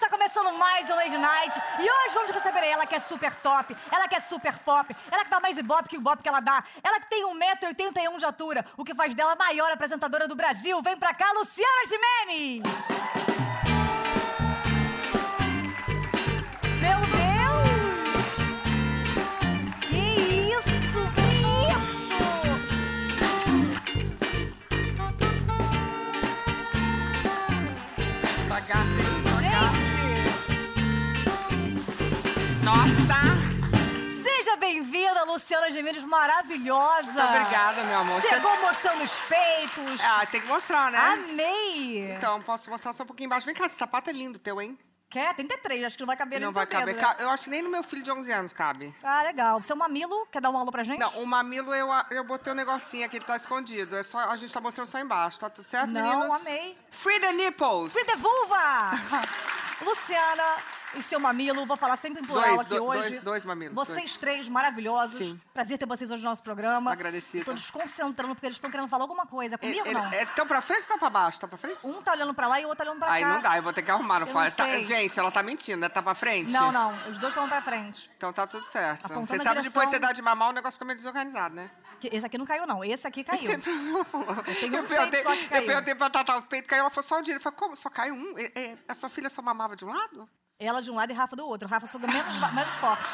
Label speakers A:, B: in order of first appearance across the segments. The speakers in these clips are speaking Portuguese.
A: tá mais um Lady Night. E hoje vamos receber ela que é super top, ela que é super pop, ela que dá mais ibope que o ibope que ela dá, ela que tem 1,81m de altura, o que faz dela a maior apresentadora do Brasil. Vem pra cá, Luciana Gimenez! Meu Deus! Que isso, que isso!
B: Pagar, tem que pagar.
A: Gente,
B: Nossa!
A: seja bem-vinda, Luciana Gimenez, maravilhosa.
B: Muito obrigada, meu amor. Você-
A: Chegou mostrando os peitos.
B: Ah, tem que mostrar, né?
A: Amei.
B: Então, posso mostrar só um pouquinho embaixo. Vem cá, esse sapato é lindo teu, hein?
A: Quer? É 33, acho que não vai caber
B: não
A: nem
B: vai
A: no teu
B: caber.
A: dedo,
B: Ca- Eu acho que nem no meu filho de 11 anos cabe.
A: né? Ah, legal. Seu mamilo, quer dar um alô pra gente?
B: Não, o mamilo eu, a- eu botei um negocinho aqui, ele tá escondido. É só, a gente tá mostrando só embaixo, tá tudo certo,
A: Não,
B: meninos?
A: amei.
B: Free the nipples!
A: Se devolva! Luciana e seu mamilo, vou falar sempre em plural
B: Dois,
A: aqui
B: do-
A: hoje.
B: dois- dois mamilos,
A: Vocês três maravilhosos.
B: Sim.
A: Prazer ter vocês hoje no nosso programa.
B: Agradecida.
A: Tô desconcentrando porque eles estão querendo falar alguma coisa.
B: Ele-
A: Comigo
B: ele-
A: não.
B: é, tão pra frente ou tá pra baixo? Tá pra frente?
A: Um tá olhando pra lá e o outro tá olhando pra
B: Aí
A: cá.
B: não dá, eu vou ter que arrumar. Não
A: Eu
B: fala.
A: não
B: Tá-
A: sei.
B: gente, ela tá mentindo, né? Tá pra frente?
A: Não, não. Os dois estão pra frente.
B: Então tá tudo certo.
A: Apontando
B: Você
A: a
B: sabe depois
A: direção.
B: você dá de mamar, o negócio fica meio desorganizado, né?
A: Que- Esse aqui não caiu, não. Esse aqui caiu.
B: Sempre ela falou.
A: tenho
B: Eu
A: um
B: perguntei-
A: peito só que
B: eu
A: caiu.
B: perguntei pra Tatá, o peito caiu, ela falou só o dinheiro. Eu falei, como? Só caiu um? E- e- a sua filha só mamava de um lado?
A: Ela de um lado e Rafa do outro. Rafa suga menos, va- menos forte.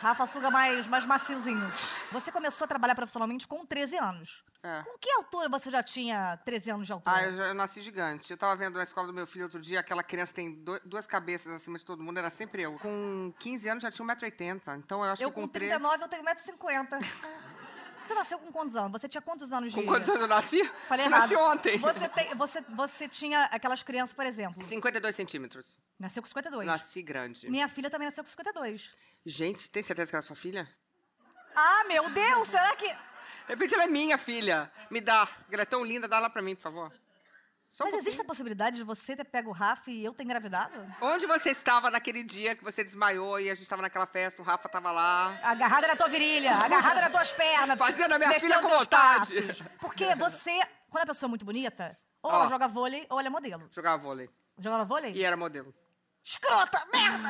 A: Rafa suga mais, mais maciozinho. Você começou a trabalhar profissionalmente com 13 anos.
B: É.
A: Com que altura você já tinha 13 anos de altura?
B: Ah, eu, já- eu nasci gigante. Eu tava vendo na escola do meu filho outro dia, aquela criança tem do- duas cabeças acima de todo mundo, era sempre eu. Com 15 anos já tinha 1,80m, então eu acho
A: Eu
B: que
A: com
B: com 13...
A: 39, eu tenho 1,50m. Você nasceu com quantos anos? Você tinha quantos anos de...
B: Com quantos anos eu nasci?
A: Falei
B: eu
A: errado.
B: nasci ontem.
A: Você, tem- você- você tinha aquelas crianças, por exemplo.
B: 52 centímetros.
A: Nasceu com 52.
B: Nasci grande.
A: Minha filha também nasceu com 52.
B: Gente, tem certeza que era sua filha?
A: Ah, meu Deus, será que...
B: De repente ela é minha filha. Me dá. Ela é tão linda, dá ela pra mim, por favor. Só um
A: Mas existe a
B: pouquinho.
A: possibilidade de você ter pego o Rafa e eu ter engravidado?
B: Onde você estava naquele dia que você desmaiou e a gente estava naquela festa, o Rafa estava lá?
A: Agarrada na tua virilha, agarrada nas tuas pernas.
B: Fazendo a minha
A: mexendo
B: filha com
A: teus
B: vontade.
A: passos. Porque você, quando a pessoa é muito bonita, ou
B: Ó.
A: ela joga vôlei ou ela é modelo.
B: Jogava vôlei.
A: Jogava vôlei?
B: E era modelo.
A: Escrota, merda!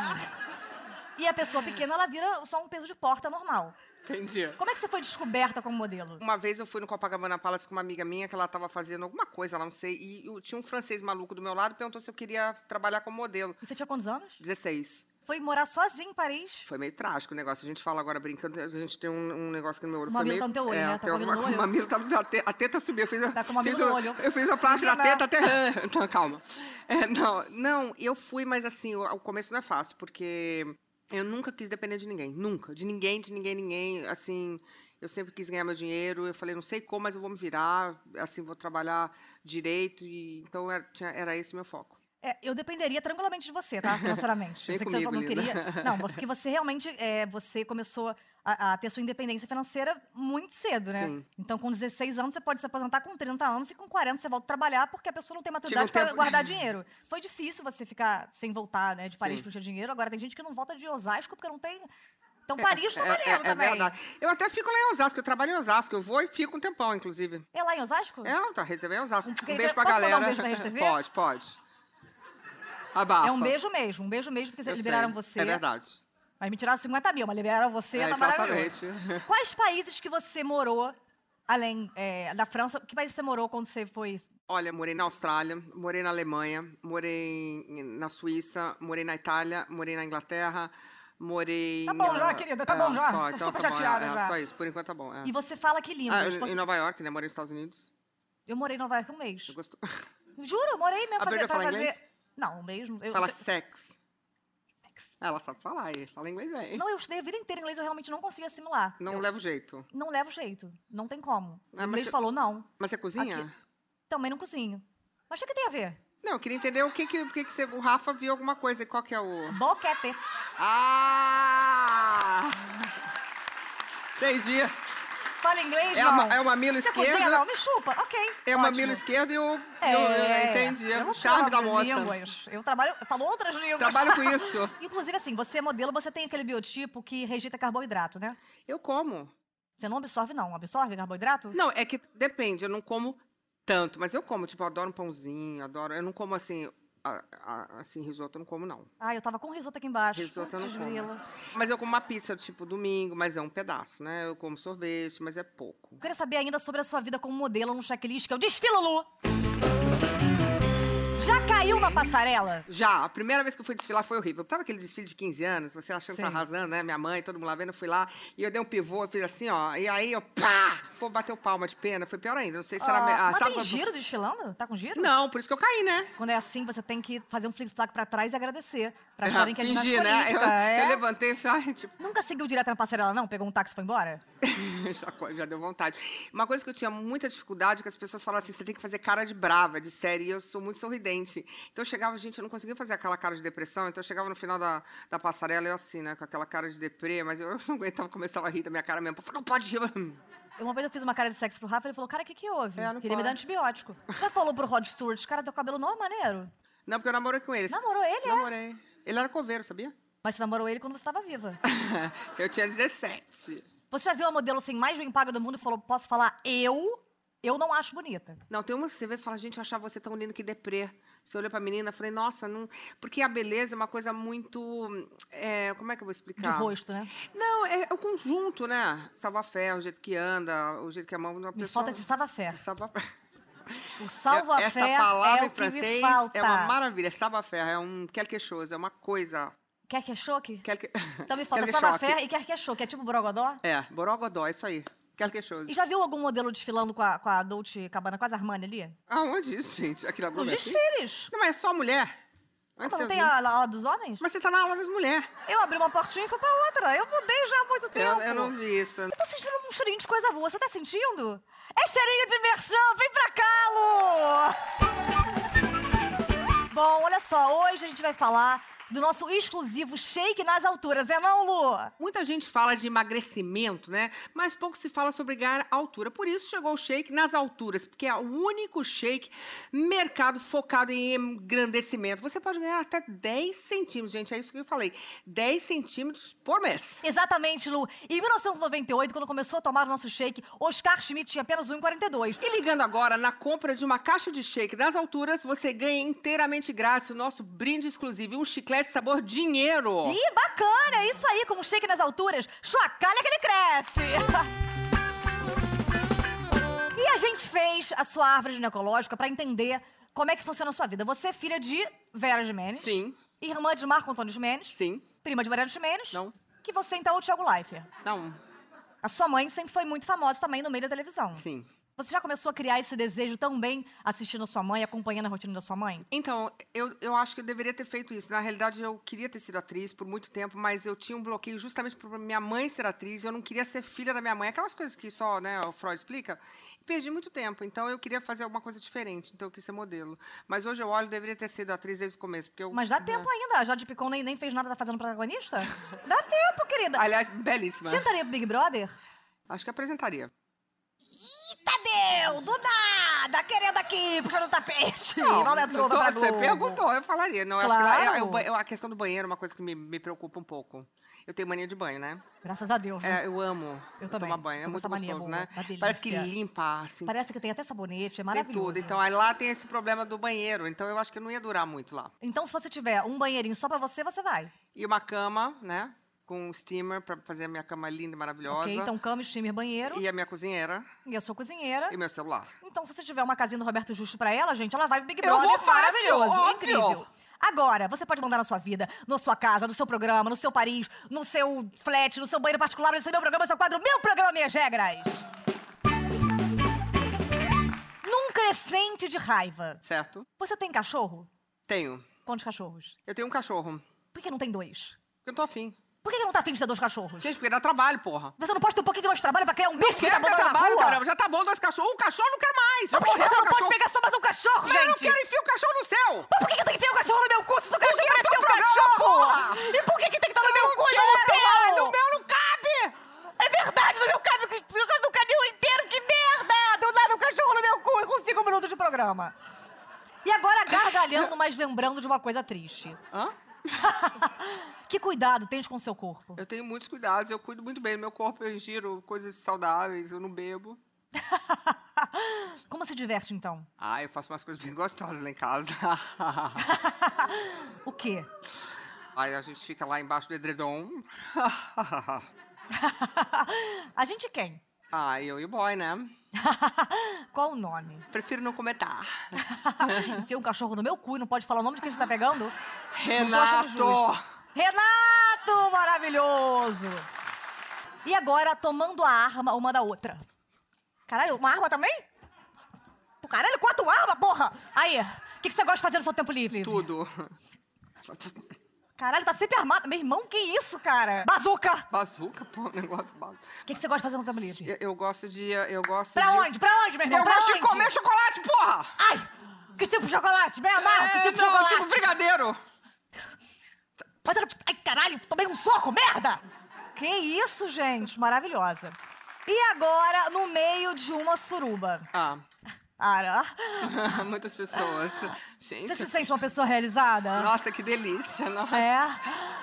A: E a pessoa pequena, ela vira só um peso de porta normal.
B: Entendi.
A: Como é que você foi descoberta como modelo?
B: Uma vez eu fui no Copacabana Palace com uma amiga minha que ela estava fazendo alguma coisa, ela não sei, e eu- tinha um francês maluco do meu lado perguntou se eu queria trabalhar como modelo.
A: E você tinha quantos anos?
B: 16.
A: Foi morar sozinha em Paris?
B: Foi meio trágico o negócio. A gente fala agora brincando, a gente tem um, um negócio aqui no meu olho.
A: O
B: foi
A: mamilo
B: meio-
A: tá no teu olho,
B: é,
A: né? Tá com
B: tem
A: o mamilo
B: alguma-
A: no olho?
B: o mamilo tá no- a te- A teta subiu. Eu fiz, a-
A: Tá com o mamilo
B: fiz o-
A: no olho.
B: Eu fiz a plástica da
A: Menina.
B: teta até... Então, calma. É, não, não, eu fui, mas assim, o, o começo não é fácil, porque eu nunca quis depender de ninguém. Nunca. De ninguém, de ninguém, ninguém. Assim... Eu sempre quis ganhar meu dinheiro. Eu falei, não sei como, mas eu vou me virar. Assim, vou trabalhar direito. E, então, era, tinha- era esse o meu foco.
A: É, eu dependeria tranquilamente de você, tá? Financeiramente.
B: Vem
A: eu sei
B: comigo,
A: que você não
B: linda.
A: queria. Não, porque você realmente é, você começou a, a ter sua independência financeira muito cedo, né?
B: Sim.
A: Então, com 16 anos, você pode se aposentar com 30 anos e com 40 você volta a trabalhar porque a pessoa não tem maturidade para
B: um tempo.
A: guardar dinheiro. Foi difícil você ficar sem voltar, né? De Paris
B: Sim.
A: pro seu dinheiro. Agora tem gente que não volta de Osasco porque não tem. Então,
B: É,
A: Paris tá valendo também.
B: verdade. Eu até fico lá em Osasco. Eu trabalho em Osasco. Eu vou e fico um tempão, inclusive.
A: É lá em Osasco?
B: É, não, tá, Rede TV é Osasco.
A: Porque-
B: Um beijo pra
A: posso mandar
B: galera.
A: um beijo pra Rede TV?
B: Pode, pode. Abafa.
A: É um beijo mesmo, um beijo mesmo, porque
B: Eu
A: liberaram
B: sei,
A: você.
B: É verdade.
A: Aí me tiraram 50 mil, mas liberaram você,
B: É,
A: tá maravilhoso.
B: exatamente.
A: Quais países que você morou, além é, da França, que país você morou quando você foi...
B: Olha, morei na Austrália, morei na Alemanha, morei em- na Suíça, morei na Itália, morei na Inglaterra, morei...
A: Tá bom
B: em-
A: já, querida, tá
B: é,
A: bom já.
B: só,
A: Tô
B: então
A: super
B: tá bom,
A: chateada
B: é, é,
A: já.
B: Só isso, por enquanto tá bom. é.
A: E você fala que língua?
B: Ah, eu-
A: Tipo
B: em
A: assim,
B: Nova York, né? Morei nos Estados Unidos.
A: eu morei em Nova York um mês.
B: Gostou?
A: Juro, eu morei mesmo
B: Aprendeu
A: fazer,
B: a falar
A: pra fazer...
B: inglês?
A: Não, mesmo. Eu,
B: Fala assim? sex. Ela sabe falar, e fala inglês bem.
A: Não, eu estudei a vida inteira inglês, eu realmente não consegui assimilar.
B: Não leva o jeito.
A: Não levo jeito, não tem como.
B: Ah, mas
A: o inglês
B: você-
A: falou não,
B: Mas você cozinha?
A: Aqui. também não cozinho. Mas o que tem a ver?
B: Não, eu queria entender o que que, o que que você, o Rafa viu alguma coisa e qual que é o...
A: Boquete.
B: Ah! Entendi.
A: Fala inglês,
B: É o
A: não.
B: ma- é o mamilo
A: você
B: esquerdo?
A: Cozinha, não, me chupa. Ok,
B: É o
A: ótimo.
B: mamilo esquerdo e o... e o- eu entendi.
A: É,
B: É
A: eu
B: o
A: não
B: charme
A: falo
B: da
A: outras
B: moça.
A: Línguas. Eu trabalho, eu falo outras línguas.
B: Trabalho com isso.
A: Inclusive, assim, você é modelo, você tem aquele biotipo que rejeita carboidrato, né?
B: Eu como.
A: Você não absorve, não. Absorve carboidrato?
B: Não, é que depende. Eu não como tanto, mas eu como. Tipo, eu adoro um pãozinho, adoro... Eu não como, assim, a- a- assim, risoto eu não como, não.
A: Ai, eu tava com risoto aqui embaixo.
B: Risoto eu
A: Te
B: não como.
A: juro.
B: Mas eu como uma pizza, tipo, domingo, mas é um pedaço, né? Eu como sorvete, mas é pouco.
A: Eu queria saber ainda sobre a sua vida como modelo no checklist, que é o Desfilo Lu. Já caiu na passarela?
B: Já, a primeira vez que eu fui desfilar foi horrível. Tava aquele desfile de 15 anos, você achando que tá
A: Sim.
B: arrasando, né? Minha mãe, todo mundo lá vendo, eu fui lá e eu dei um pivô, eu fiz assim, ó. E aí eu pá! O povo bateu palma de pena, foi pior ainda. Não sei se era. me-
A: Ah,
B: ah,
A: mas
B: sabe
A: tem
B: quando-
A: giro desfilando? Tá com giro?
B: Não, por isso que eu caí, né?
A: Quando é assim, você tem que fazer um flick-flack pra trás e agradecer. Pra
B: Eu
A: acharem que é
B: fingi,
A: ginástica
B: né? Eu,
A: olímpica, é?
B: eu levantei só, tipo,
A: Nunca seguiu direto na passarela, não? Pegou um táxi e foi embora?
B: já, co- já deu vontade. Uma coisa que eu tinha muita dificuldade, que as pessoas falavam assim, você tem que fazer cara de brava, de série, e eu sou muito sorridente. Então eu chegava, gente, eu não conseguia fazer aquela cara de depressão, então eu chegava no final da, da passarela, eu assim, né, com aquela cara de deprê, mas eu não aguentava, começava a rir da minha cara mesmo. Eu falava, não pode rir.
A: Uma vez eu fiz uma cara de sexo pro Rafa, ele falou, cara, o que que houve?
B: É, não
A: Queria me
B: pode.
A: dar antibiótico. Já falou pro Rod Stewart, cara, teu cabelo não é maneiro?
B: Não, porque eu namorei com ele.
A: Namorou ele, é?
B: Namorei. Ele era coveiro, sabia?
A: Mas você namorou ele quando você tava viva.
B: eu tinha 17.
A: Você já viu a modelo sem mais bem paga do mundo e falou, posso falar eu? Eu não acho bonita.
B: Não, tem uma que você vê e fala, gente, eu achava você tão linda que deprê. Você olhou pra menina e falei, nossa, não. Porque a beleza é uma coisa muito. é, como é que eu vou
A: De
B: explicar?
A: rosto, né?
B: Não, é, é o conjunto, né? Salva-fé, o jeito que anda, o jeito que a mão de uma
A: Me
B: pessoa.
A: falta esse savoir-faire.
B: Salva-fé.
A: O salva-fé
B: Essa palavra
A: é
B: em
A: o que me
B: francês
A: falta.
B: é uma maravilha. Salva-fé é um quelque chose, é uma coisa.
A: Quer que é choque?
B: Quelque...
A: Então me falta
B: quelque
A: salva-fé
B: choque.
A: e quer que é choque. É tipo borogodó?
B: É, borogodó, é isso aí. Quelque
A: E
B: chose.
A: já viu algum modelo desfilando com a, com a Dolce Cabana, com as Armani ali?
B: Aonde isso, gente? Aqui na
A: Nos
B: Globo é assim?
A: desfiles.
B: Não, mas é só mulher.
A: Ah, Não tem
B: Deus,
A: a, a dos homens?
B: Mas você tá na aula das mulheres.
A: Eu abri uma portinha e fui pra outra. Eu mudei já há muito
B: Eu,
A: tempo.
B: eu não vi isso. né?
A: Eu tô sentindo um cheirinho de coisa boa. Você tá sentindo? É cheirinho de merchan. Vem pra cá, Lu! Bom, olha só. Hoje a gente vai falar do nosso exclusivo shake nas alturas. É não, Lu?
B: Muita gente fala de emagrecimento, né? Mas pouco se fala sobre ganhar altura. Por isso chegou o shake nas alturas, porque é o único shake mercado focado em engrandecimento. Você pode ganhar até 10 centímetros, gente. É isso que eu falei. 10 centímetros por mês.
A: Exatamente, Lu. Em 1998, quando começou a tomar o nosso shake, Oscar Schmidt tinha apenas 1,42.
B: E ligando agora, na compra de uma caixa de shake nas alturas, você ganha inteiramente grátis o nosso brinde exclusivo, e um chiclete sabor dinheiro.
A: Ih, bacana! Isso aí, com um shake nas alturas, chocalha que ele cresce! e a gente fez a sua árvore ginecológica pra entender como é que funciona a sua vida. Você é filha de Vera Jimenez.
B: Sim.
A: Irmã de Marco Antônio Jimenez.
B: Sim.
A: Prima de Mariana Jimenez.
B: Não.
A: Que você então é o Thiago Leifert.
B: Não.
A: A sua mãe sempre foi muito famosa também no meio da televisão.
B: Sim.
A: Você já começou a criar esse desejo também assistindo a sua mãe, acompanhando a rotina da sua mãe?
B: Então, eu, eu acho que eu deveria ter feito isso. Na realidade, eu queria ter sido atriz por muito tempo, mas eu tinha um bloqueio justamente por minha mãe ser atriz. Eu não queria ser filha da minha mãe. Aquelas coisas que só né, o Freud explica. E perdi muito tempo. Então, eu queria fazer alguma coisa diferente. Então, eu quis ser modelo. Mas hoje eu olho, eu deveria ter sido atriz desde o começo. Porque eu,
A: Mas dá
B: né?
A: tempo ainda. A Jade Picon nem, nem fez nada, tá fazendo protagonista? dá tempo, querida.
B: Aliás, belíssima.
A: Você entraria pro Big Brother?
B: Acho que apresentaria.
A: Tadeu, Tá do nada, tá querendo aqui, puxando o tapete.
B: eu tô- você perguntou, eu falaria. Não, eu acho que lá- eu- eu-
A: Claro.
B: eu- a questão do banheiro é uma coisa que me, me preocupa um pouco. Eu tenho mania de banho, né?
A: Graças a Deus. né?
B: É, eu amo.
A: Eu também.
B: Tomar banho. É
A: Tô com
B: muito
A: essa mania
B: gostoso,
A: boa,
B: né?
A: uma delícia.
B: Parece que limpa, assim.
A: Parece que tem até sabonete, é
B: tem
A: maravilhoso.
B: tudo. Então, aí lá tem esse problema do banheiro. Então, eu acho que não ia durar muito lá.
A: Então, se você tiver um banheirinho só pra você, você vai.
B: E uma cama, né? Com um steamer pra fazer a minha cama linda e maravilhosa.
A: Ok? Então, cama, steamer, banheiro e,
B: E a minha cozinheira
A: eu sou cozinheira.
B: e meu celular.
A: Então, se você tiver uma casinha do Roberto Justo pra ela, gente, ela vai pro Big
B: Eu vou
A: Brother.
B: fácil,
A: maravilhoso,
B: óbvio.
A: incrível. Agora, você pode mandar na sua vida, na sua casa, no seu programa, no seu Paris, no seu flat, no seu banheiro particular, nesse meu programa, seu quadro, meu programa, minhas regras. Num crescente de raiva.
B: Certo?
A: Você tem cachorro?
B: Tenho.
A: Quantos cachorros?
B: Eu tenho um cachorro.
A: Por que não tem dois?
B: Eu tô afim.
A: Por que que não tá afim de ter dois cachorros?
B: Gente, porque dá trabalho, porra.
A: Você não pode ter um pouquinho de mais trabalho pra criar um bicho que
B: Quer
A: tá
B: dar
A: botando na
B: trabalho,
A: rua?
B: caramba? Já tá bom dois cachorros. Um cachorro eu não quero mais. Já
A: Por que
B: morreu
A: você
B: o
A: não pode
B: cachorro.
A: pegar só mais um cachorro,
B: Mas
A: gente?
B: eu não quero enfiar o cachorro no céu.
A: Mas por que, que eu tenho que ter o cachorro no meu cu se o cachorro
B: é
A: é
B: teu
A: seu
B: programa,
A: cachorro?
B: porra!
A: E por que, que tem que estar no meu cu e
B: Quero, mas
A: não no
B: No
A: meu?
B: meu não cabe.
A: É verdade, no meu cabe, no cabe o canil inteiro, que merda! Do nada o cachorro no meu cu e com cinco minutos de programa. E agora gargalhando, mas lembrando de uma coisa triste.
B: Hã?
A: que cuidado tens com o seu corpo?
B: Eu tenho muitos cuidados, eu cuido muito bem do meu corpo, eu ingiro coisas saudáveis, eu não bebo.
A: com Como se diverte, então?
B: Ah, eu faço umas coisas bem gostosas lá em casa.
A: o quê?
B: Aí a gente fica lá embaixo do edredom.
A: a gente quem?
B: Ah, eu e o boy, né?
A: Qual o nome?
B: Prefiro não tá? comentar.
A: Enfia um cachorro no meu cu e não pode falar o nome de quem você tá pegando?
B: Renato!
A: Renato, maravilhoso! E agora, tomando a arma uma da outra. Caralho, uma arma também? Pô, Caralho, quatro armas, porra! Aí, o que, que você gosta de fazer no seu tempo livre?
B: Tudo.
A: Caralho, tá sempre armado. Meu irmão, que isso, cara? Bazuca!
B: Bazuca, pô, um negócio bazuca.
A: O que, que você gosta de fazer no tempo livre?
B: Eu, eu gosto de. Eu gosto
A: Pra
B: de...
A: onde? Pra onde, meu irmão?
B: Eu
A: pra
B: gosto
A: onde?
B: de comer chocolate, porra!
A: Ai! Que tipo de chocolate? Bem amargo, que tipo de
B: não,
A: chocolate?
B: tipo brigadeiro.
A: Mas era... Ai, caralho, tomei um soco, merda! Que isso, gente, maravilhosa. E agora, no meio de uma suruba.
B: Ah,
A: Ara,
B: muitas pessoas. Gente,
A: você se sente uma pessoa realizada?
B: nossa, que delícia. Nossa.
A: É?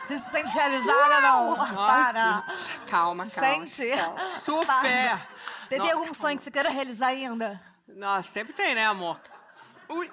A: Você se sente realizada, não? Para.
B: Nossa. Calma,
A: Se
B: calma.
A: sente?
B: calma. Super.
A: Para. Tem tem
B: Nossa,
A: algum sonho que você queira realizar ainda?
B: Nossa, sempre tem, né, amor? Ui.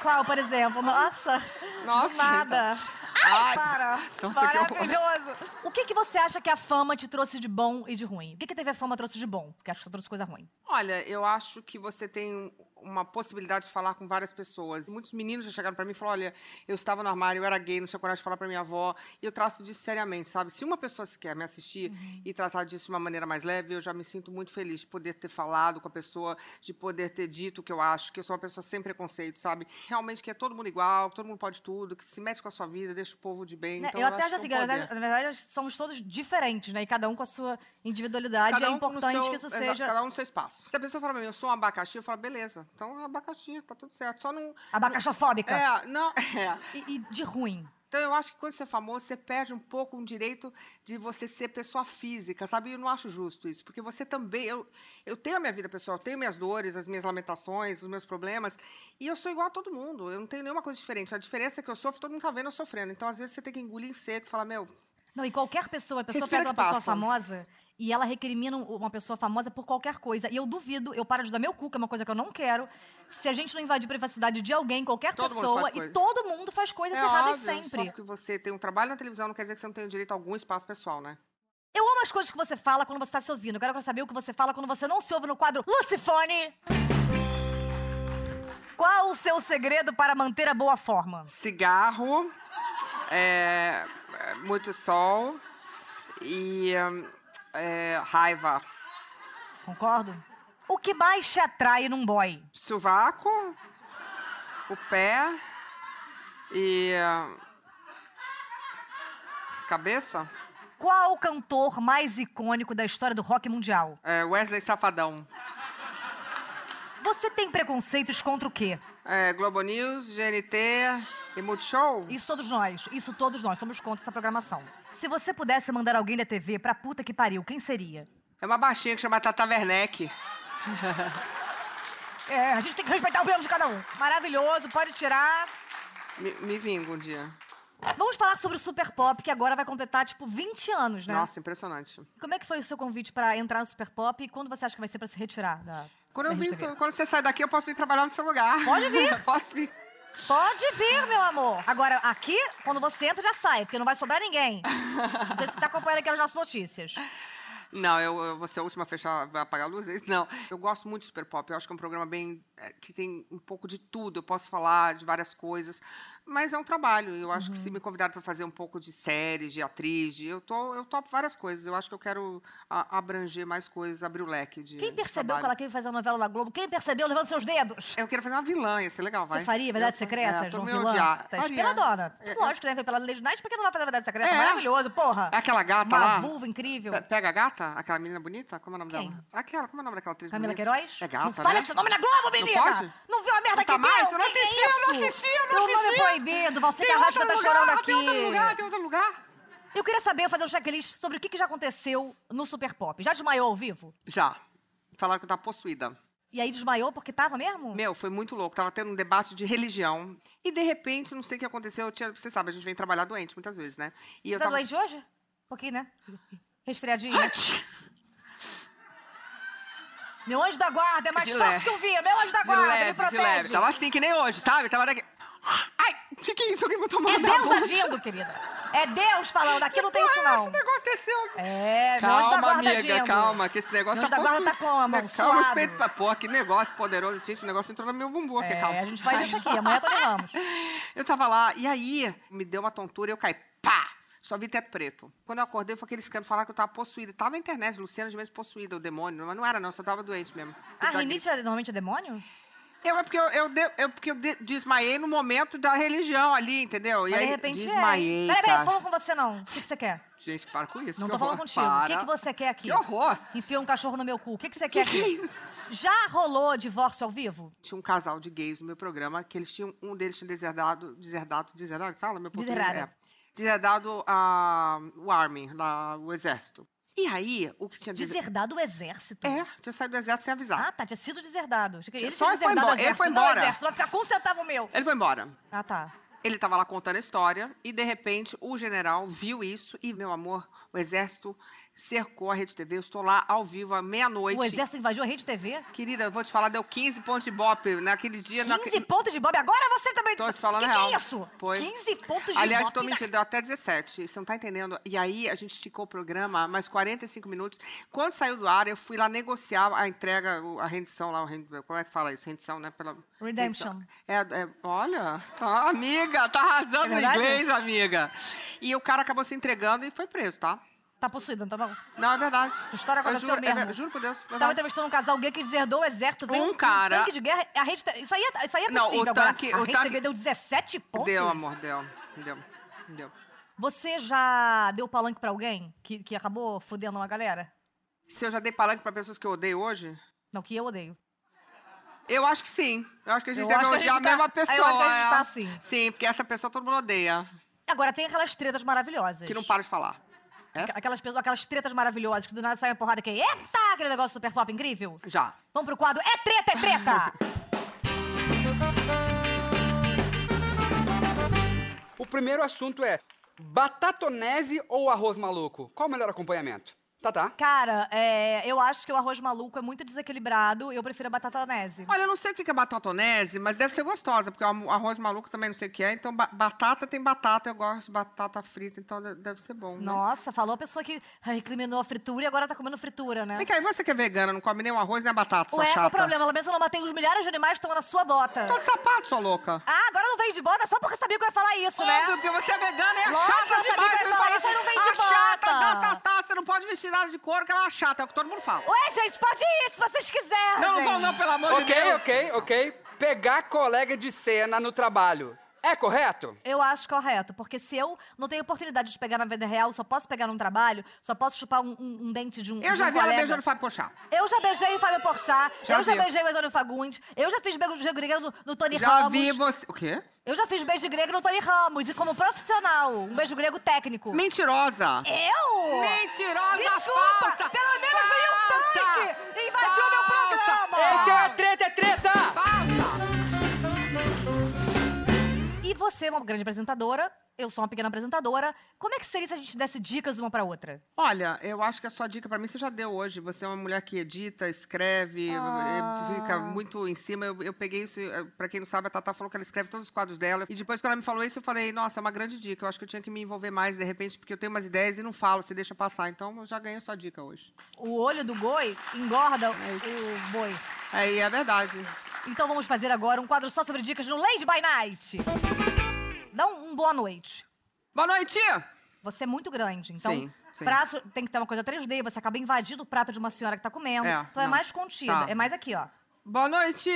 A: Qual, por exemplo? Nossa,
B: Nossa,
A: do nada.
B: então.
A: Ai,
B: Ai,
A: para.
B: nossa, que horror.
A: Maravilhoso. O que, que você acha que a fama te trouxe de bom e de ruim? O que, que a TV Fama trouxe de bom? Porque acho que só trouxe coisa ruim.
B: Olha, eu acho que você tem um- uma possibilidade de falar com várias pessoas. Muitos meninos já chegaram pra mim e falaram: olha, eu estava no armário, eu era gay, não tinha coragem de falar pra minha avó. E eu trato disso seriamente, sabe? Se uma pessoa se quer me assistir
A: Uhum.
B: e tratar disso de uma maneira mais leve, eu já me sinto muito feliz de poder ter falado com a pessoa, de poder ter dito o que eu acho, que eu sou uma pessoa sem preconceito, sabe? Realmente que é todo mundo igual, que todo mundo pode tudo, que se mete com a sua vida, deixa o povo de bem.
A: Né,
B: Então,
A: eu até
B: acho
A: já
B: que
A: sei,
B: é um
A: na
B: poder.
A: verdade, na verdade, somos todos diferentes, né? E cada um com a sua individualidade. é
B: um com o
A: importante
B: seu-
A: que isso
B: exato,
A: seja.
B: Cada um no seu espaço. Se a pessoa fala pra mim, eu sou um abacaxi, eu falo, beleza, então é um abacaxi, tá tudo certo. Só não.
A: Abacaxofóbica.
B: É, não. é.
A: E, e de ruim.
B: Então eu acho que quando você é famoso, você perde um pouco o direito de você ser pessoa física, sabe? E Eu não acho justo isso, porque você também. Eu, eu tenho a minha vida pessoal, eu tenho minhas dores, as minhas lamentações, os meus problemas, e eu sou igual a todo mundo. Eu não tenho nenhuma coisa diferente. A diferença é que eu sofro, todo mundo tá vendo eu sofrendo. Então, às vezes, você tem que engolir em seco e falar, meu,
A: Não, e qualquer pessoa, a pessoa
B: Respira
A: pega uma
B: que
A: pessoa
B: passa.
A: famosa e ela recrimina um- uma pessoa famosa por qualquer coisa. E eu duvido, eu paro de dar meu cu, que é uma coisa que eu não quero. Se a gente não invadir a privacidade de alguém, qualquer
B: Todo mundo
A: pessoa,
B: faz
A: e
B: coisa.
A: todo mundo faz
B: é
A: coisas erradas sempre.
B: Só porque você tem um trabalho na televisão não quer dizer que você não tem direito a algum espaço pessoal, né?
A: Eu amo as coisas que você fala quando você tá se ouvindo. Eu quero saber o que você fala quando você não se ouve no quadro Lucifone. Qual o seu segredo para manter a boa forma?
B: Cigarro, é, é, muito sol e é, raiva.
A: Concordo? O que mais te atrai num boy?
B: Sovaco, o pé e. é, cabeça?
A: Qual o cantor mais icônico da história do rock mundial?
B: É, Wesley Safadão.
A: Você tem preconceitos contra o quê?
B: É, Globo News, GNT e Multishow?
A: Isso todos nós, isso todos nós, somos contra essa programação. Se você pudesse mandar alguém da TV pra puta que pariu, quem seria?
B: É uma baixinha que chama Tata Werneck.
A: É, a gente tem que respeitar o plano de cada um. Maravilhoso, pode tirar.
B: Me, me vingo um dia.
A: Vamos falar sobre o Super Pop, que agora vai completar, tipo, 20 anos, né?
B: Nossa, impressionante.
A: Como é que foi o seu convite pra entrar no Super Pop e quando você acha que vai ser pra se retirar da
B: Quando, eu
A: da
B: vim-
A: RedeTV?
B: quando você sai daqui, eu posso vir trabalhar no seu lugar.
A: Pode vir.
B: posso vir.
A: Pode vir, meu amor. Agora, aqui, quando você entra, já sai, porque não vai sobrar ninguém. Não sei se você tá acompanhando aqui as nossas notícias.
B: Não, eu, eu vou ser a última a fechar, vai apagar a luz, é isso? Não. Eu gosto muito de Super Pop. Eu acho que é um programa bem. é, que tem um pouco de tudo. Eu posso falar de várias coisas. Mas é um trabalho. Eu acho que
A: Uhum.
B: se me convidar para fazer um pouco de séries, de atriz, de- eu, tô, eu topo várias coisas. Eu acho que eu quero a- abranger mais coisas, abrir o leque de.
A: Quem
B: de
A: percebeu que ela
B: trabalho.
A: queria fazer a novela na Globo? Quem percebeu? Levanta seus dedos.
B: Eu quero fazer uma vilã, ia ser legal, vai.
A: Você faria Verdades
B: Eu-
A: Secretas?
B: é, todo
A: João
B: meu
A: Vilã?
B: odiar.
A: Tá
B: Faria.
A: inspiradona.
B: É, é-
A: Lógico, né? Foi pela Lady Night, por que não vai fazer Verdades Secretas?
B: É.
A: Maravilhoso, porra.
B: É aquela gata
A: Uma
B: lá?
A: vulva incrível.
B: Pe- Pega a gata? Aquela menina bonita? Como é o nome
A: Quem?
B: dela? Aquela, como é o nome daquela atriz
A: Camila
B: bonita?
A: Queiroz?
B: É gata,
A: Não fala
B: né?
A: esse nome na Globo, menina!
B: pode?
A: Não viu a merda
B: Não tá
A: que
B: mais?
A: deu?
B: Eu não
A: Que
B: assisti,
A: que é
B: eu não
A: isso?
B: assisti, eu
A: É
B: não
A: um nome
B: assisti.
A: proibido, você que
B: Tem outro
A: arrasta tá
B: lugar,
A: chorando aqui.
B: Tem outro lugar, tem outro lugar.
A: Eu queria saber, fazer um checklist sobre o que, que já aconteceu no Super Pop. Já desmaiou ao vivo?
B: Já. Falaram que eu tava possuída.
A: E aí desmaiou porque tava mesmo?
B: Meu, foi muito louco. Tava tendo um debate de religião. E, de repente, não sei o que aconteceu. Eu tinha, você sabe, a gente vem trabalhar doente muitas vezes, né? E
A: Você
B: eu
A: tá
B: tava...
A: doente hoje? Um pouquinho, né? Resfriadinho. Meu anjo da guarda é mais
B: De
A: forte
B: leve.
A: que um vinho. Meu anjo da guarda,
B: de leve,
A: me
B: de leve.
A: protege.
B: Tava assim, que nem hoje, sabe? Tava daqui. Ai, o que, que é isso? Alguém botou a mão
A: É
B: na minha
A: Deus
B: bunda.
A: agindo, querida. É Deus falando, aqui não tem
B: Ah,
A: isso não.
B: Esse negócio desceu aqui.
A: É, meu anjo da
B: Calma,
A: guarda
B: amiga,
A: agindo.
B: calma, que esse negócio
A: Meu
B: tá
A: anjo da guarda tá com a mão
B: Calma,
A: suado.
B: respeito pra pô, que negócio poderoso. Gente, o negócio entrou no meu bumbum aqui,
A: É,
B: calma.
A: a gente faz isso aqui, amanhã também vamos.
B: Eu tava lá, e aí me deu uma tontura e eu caí. Pá! Só vi teto preto. Quando eu acordei, foi aqueles caras falaram que eu tava possuída. Tava na internet, Luciana de mesmo possuída, o demônio. Mas não era, não, só tava doente mesmo.
A: A
B: Da
A: rinite é- normalmente é demônio?
B: eu, é porque eu, eu, de- eu- porque eu de- desmaiei no momento da religião ali, entendeu? E
A: Mas
B: aí,
A: de repente
B: desmaiei,
A: é. Peraí, peraí,
B: cara.
A: não falo com você não. O que, que você quer?
B: Gente, para com isso.
A: Não
B: que
A: tô falando
B: horror.
A: contigo. O que,
B: Para.
A: que você quer aqui?
B: Que horror.
A: Enfia um cachorro no meu cu. O que, que você quer
B: Que que
A: aqui?
B: é isso?
A: Já rolou divórcio ao vivo?
B: Tinha um casal de gays no meu programa, que eles tinham, um deles tinha deserdado, deserdado, deserdado, fala meu português?
A: Deserdado.
B: É. Deserdado ah, o Army, lá, o exército. E aí, o que tinha... deser-
A: Deserdado o exército?
B: É, tinha saído do exército sem avisar.
A: Ah, tá. Tinha sido deserdado. Achei que Ele
B: Só
A: tinha
B: ele foi
A: deserdado o
B: embora, ele
A: exército.
B: foi
A: Não, o
B: embora.
A: exército. Vai ficar com um centavo meu.
B: Ele foi embora.
A: Ah, tá.
B: Ele tava lá contando a história e, de repente, o general viu isso e, meu amor, o exército cercou a Rede TV. Eu estou lá ao vivo à meia-noite.
A: O exército invadiu a rede TV?
B: Querida, eu vou te falar, deu 15 pontos de bope naquele dia.
A: 15
B: naque-
A: pontos de Bob. Agora você também.
B: Tô te falando
A: que
B: real.
A: Que é isso?
B: Foi.
A: 15 pontos de tá
B: Aliás,
A: Ibope
B: tô
A: na-
B: mentindo, deu até 17. Você não tá entendendo. E aí, a gente esticou o programa mais 45 minutos. Quando saiu do ar, eu fui lá negociar a entrega, o- a rendição lá. o rend- Como é que fala isso? Rendição, né? Pela...
A: Redemption.
B: rendição. É, é, olha, tá, amiga, tá arrasando
A: É
B: no
A: verdade?
B: inglês, amiga. E o cara acabou se entregando e foi preso, tá?
A: Tá possuído, não tá não?
B: Não, é verdade.
A: Essa história
B: Eu
A: aconteceu
B: juro, é
A: mesmo.
B: ver- juro por Deus.
A: Você
B: verdade.
A: tava entrevistando um casal gay que deserdou o exército. Veio
B: Um cara-
A: tanque de guerra. A rede... te- Isso aí é, isso aí é
B: Não, o
A: possível. Agora,
B: tanque-
A: a
B: o
A: rede
B: tanque-
A: TV deu 17 pontos?
B: Deu, amor, deu. Deu, deu.
A: Você já deu palanque pra alguém que, que acabou fudendo uma galera?
B: Se eu já dei palanque pra pessoas que eu odeio hoje...
A: Não, que eu odeio.
B: Eu acho que sim. Eu acho que a gente
A: Eu
B: deve
A: acho que a
B: odiar a,
A: gente tá-
B: mesma
A: eu acho que a
B: pessoa.
A: gente tá
B: é.
A: assim.
B: Sim, porque essa pessoa todo mundo odeia.
A: Agora, tem aquelas tretas maravilhosas.
B: Que não É? para de falar. Essa?
A: Aqu- Aquelas, pessoas- aquelas tretas maravilhosas que do nada sai uma porrada que é, eita, aquele negócio super pop incrível.
B: Já.
A: Vamos pro quadro É Treta, É Treta!
C: O primeiro assunto é batatonese ou arroz maluco? Qual o melhor acompanhamento? Tá, tá.
A: Cara, é, eu acho que o arroz maluco é muito desequilibrado e eu prefiro a batatonese.
B: Olha, eu não sei o que que é batatonese, mas deve ser gostosa, porque o am- arroz maluco também não sei o que é. Então, ba- batata tem batata, eu gosto de batata frita, então de- deve ser bom. Né?
A: Nossa, falou a pessoa que recriminou a fritura e agora tá comendo fritura, né?
B: Vem cá, e você que é vegana, não come nem o arroz nem a batata, sua
A: Ué, qual
B: chata?
A: o problema? Pelo menos eu não matei os milhares de animais que estão na sua bota.
B: Tô de sapato, sua louca.
A: Ah, agora não vem de bota só porque sabia que eu ia falar isso, né?
B: Óbvio, porque você é vegana e é
A: Lógico, eu
B: chata
A: sabia que
B: demais.
A: eu ia
B: me
A: falar
B: parece.
A: isso, aí não vem de
B: a chata
A: bota.
B: da Tatá, você não pode vestir nada de couro, que ela é chata, é o que todo mundo fala.
A: Ué, gente, pode ir se vocês quiserem.
B: Não, não vão não, pelo amor de
C: Ok,
B: Deus.
C: ok, ok. Pegar colega de cena no trabalho. É correto?
A: Eu acho correto, porque se eu não tenho oportunidade de pegar na vida real, só posso pegar num trabalho, só posso chupar um, um- um dente de um
B: Eu
A: de
B: já
A: um
B: vi ela
A: colega.
B: beijando o Fábio Pochá.
A: Eu já beijei o Fábio Porchat,
B: Já
A: eu já
B: vi.
A: beijei o Antônio Fagundes, eu já fiz beijo de grego no, no Tony
B: Já
A: Ramos.
B: vi você. O quê?
A: Eu já fiz beijo de grego no Tony Ramos, e como profissional, um beijo grego técnico.
B: Mentirosa!
A: Eu?
B: Mentirosa
A: É. Desculpa,
B: falsa!
A: pelo menos veio um
B: Falsa!
A: tanque! Invadiu meu
B: Falsa!
A: programa!
C: Esse é a treta, é treta!
B: Falsa!
A: E você é uma grande apresentadora, eu sou uma pequena apresentadora. Como é que seria se a gente desse dicas uma pra outra?
B: Olha, eu acho que a sua dica pra mim você já deu hoje. Você é uma mulher que edita, escreve,
A: Ah.
B: eh, fica muito em cima. Eu, eu peguei isso, eh, pra quem não sabe, a Tata falou que ela escreve todos os quadros dela. E depois, quando ela me falou isso, eu falei, nossa, é uma grande dica. Eu acho que eu tinha que me envolver mais, de repente, porque eu tenho umas ideias e não falo, você deixa passar. Então, eu já ganhei a sua dica hoje.
A: O olho do boi
B: É
A: engorda o boi.
B: Aí, é verdade.
A: Então vamos fazer agora um quadro só sobre dicas no Lady by Night. Dá um, um boa noite.
B: Boa noite!
A: Você é muito grande, então
B: Sim, sim.
A: prato tem que ter uma coisa 3D, você acaba invadindo o prato de uma senhora que tá comendo.
B: É,
A: então é
B: não.
A: mais contida,
B: Tá.
A: é mais aqui, ó.
B: Boa noite!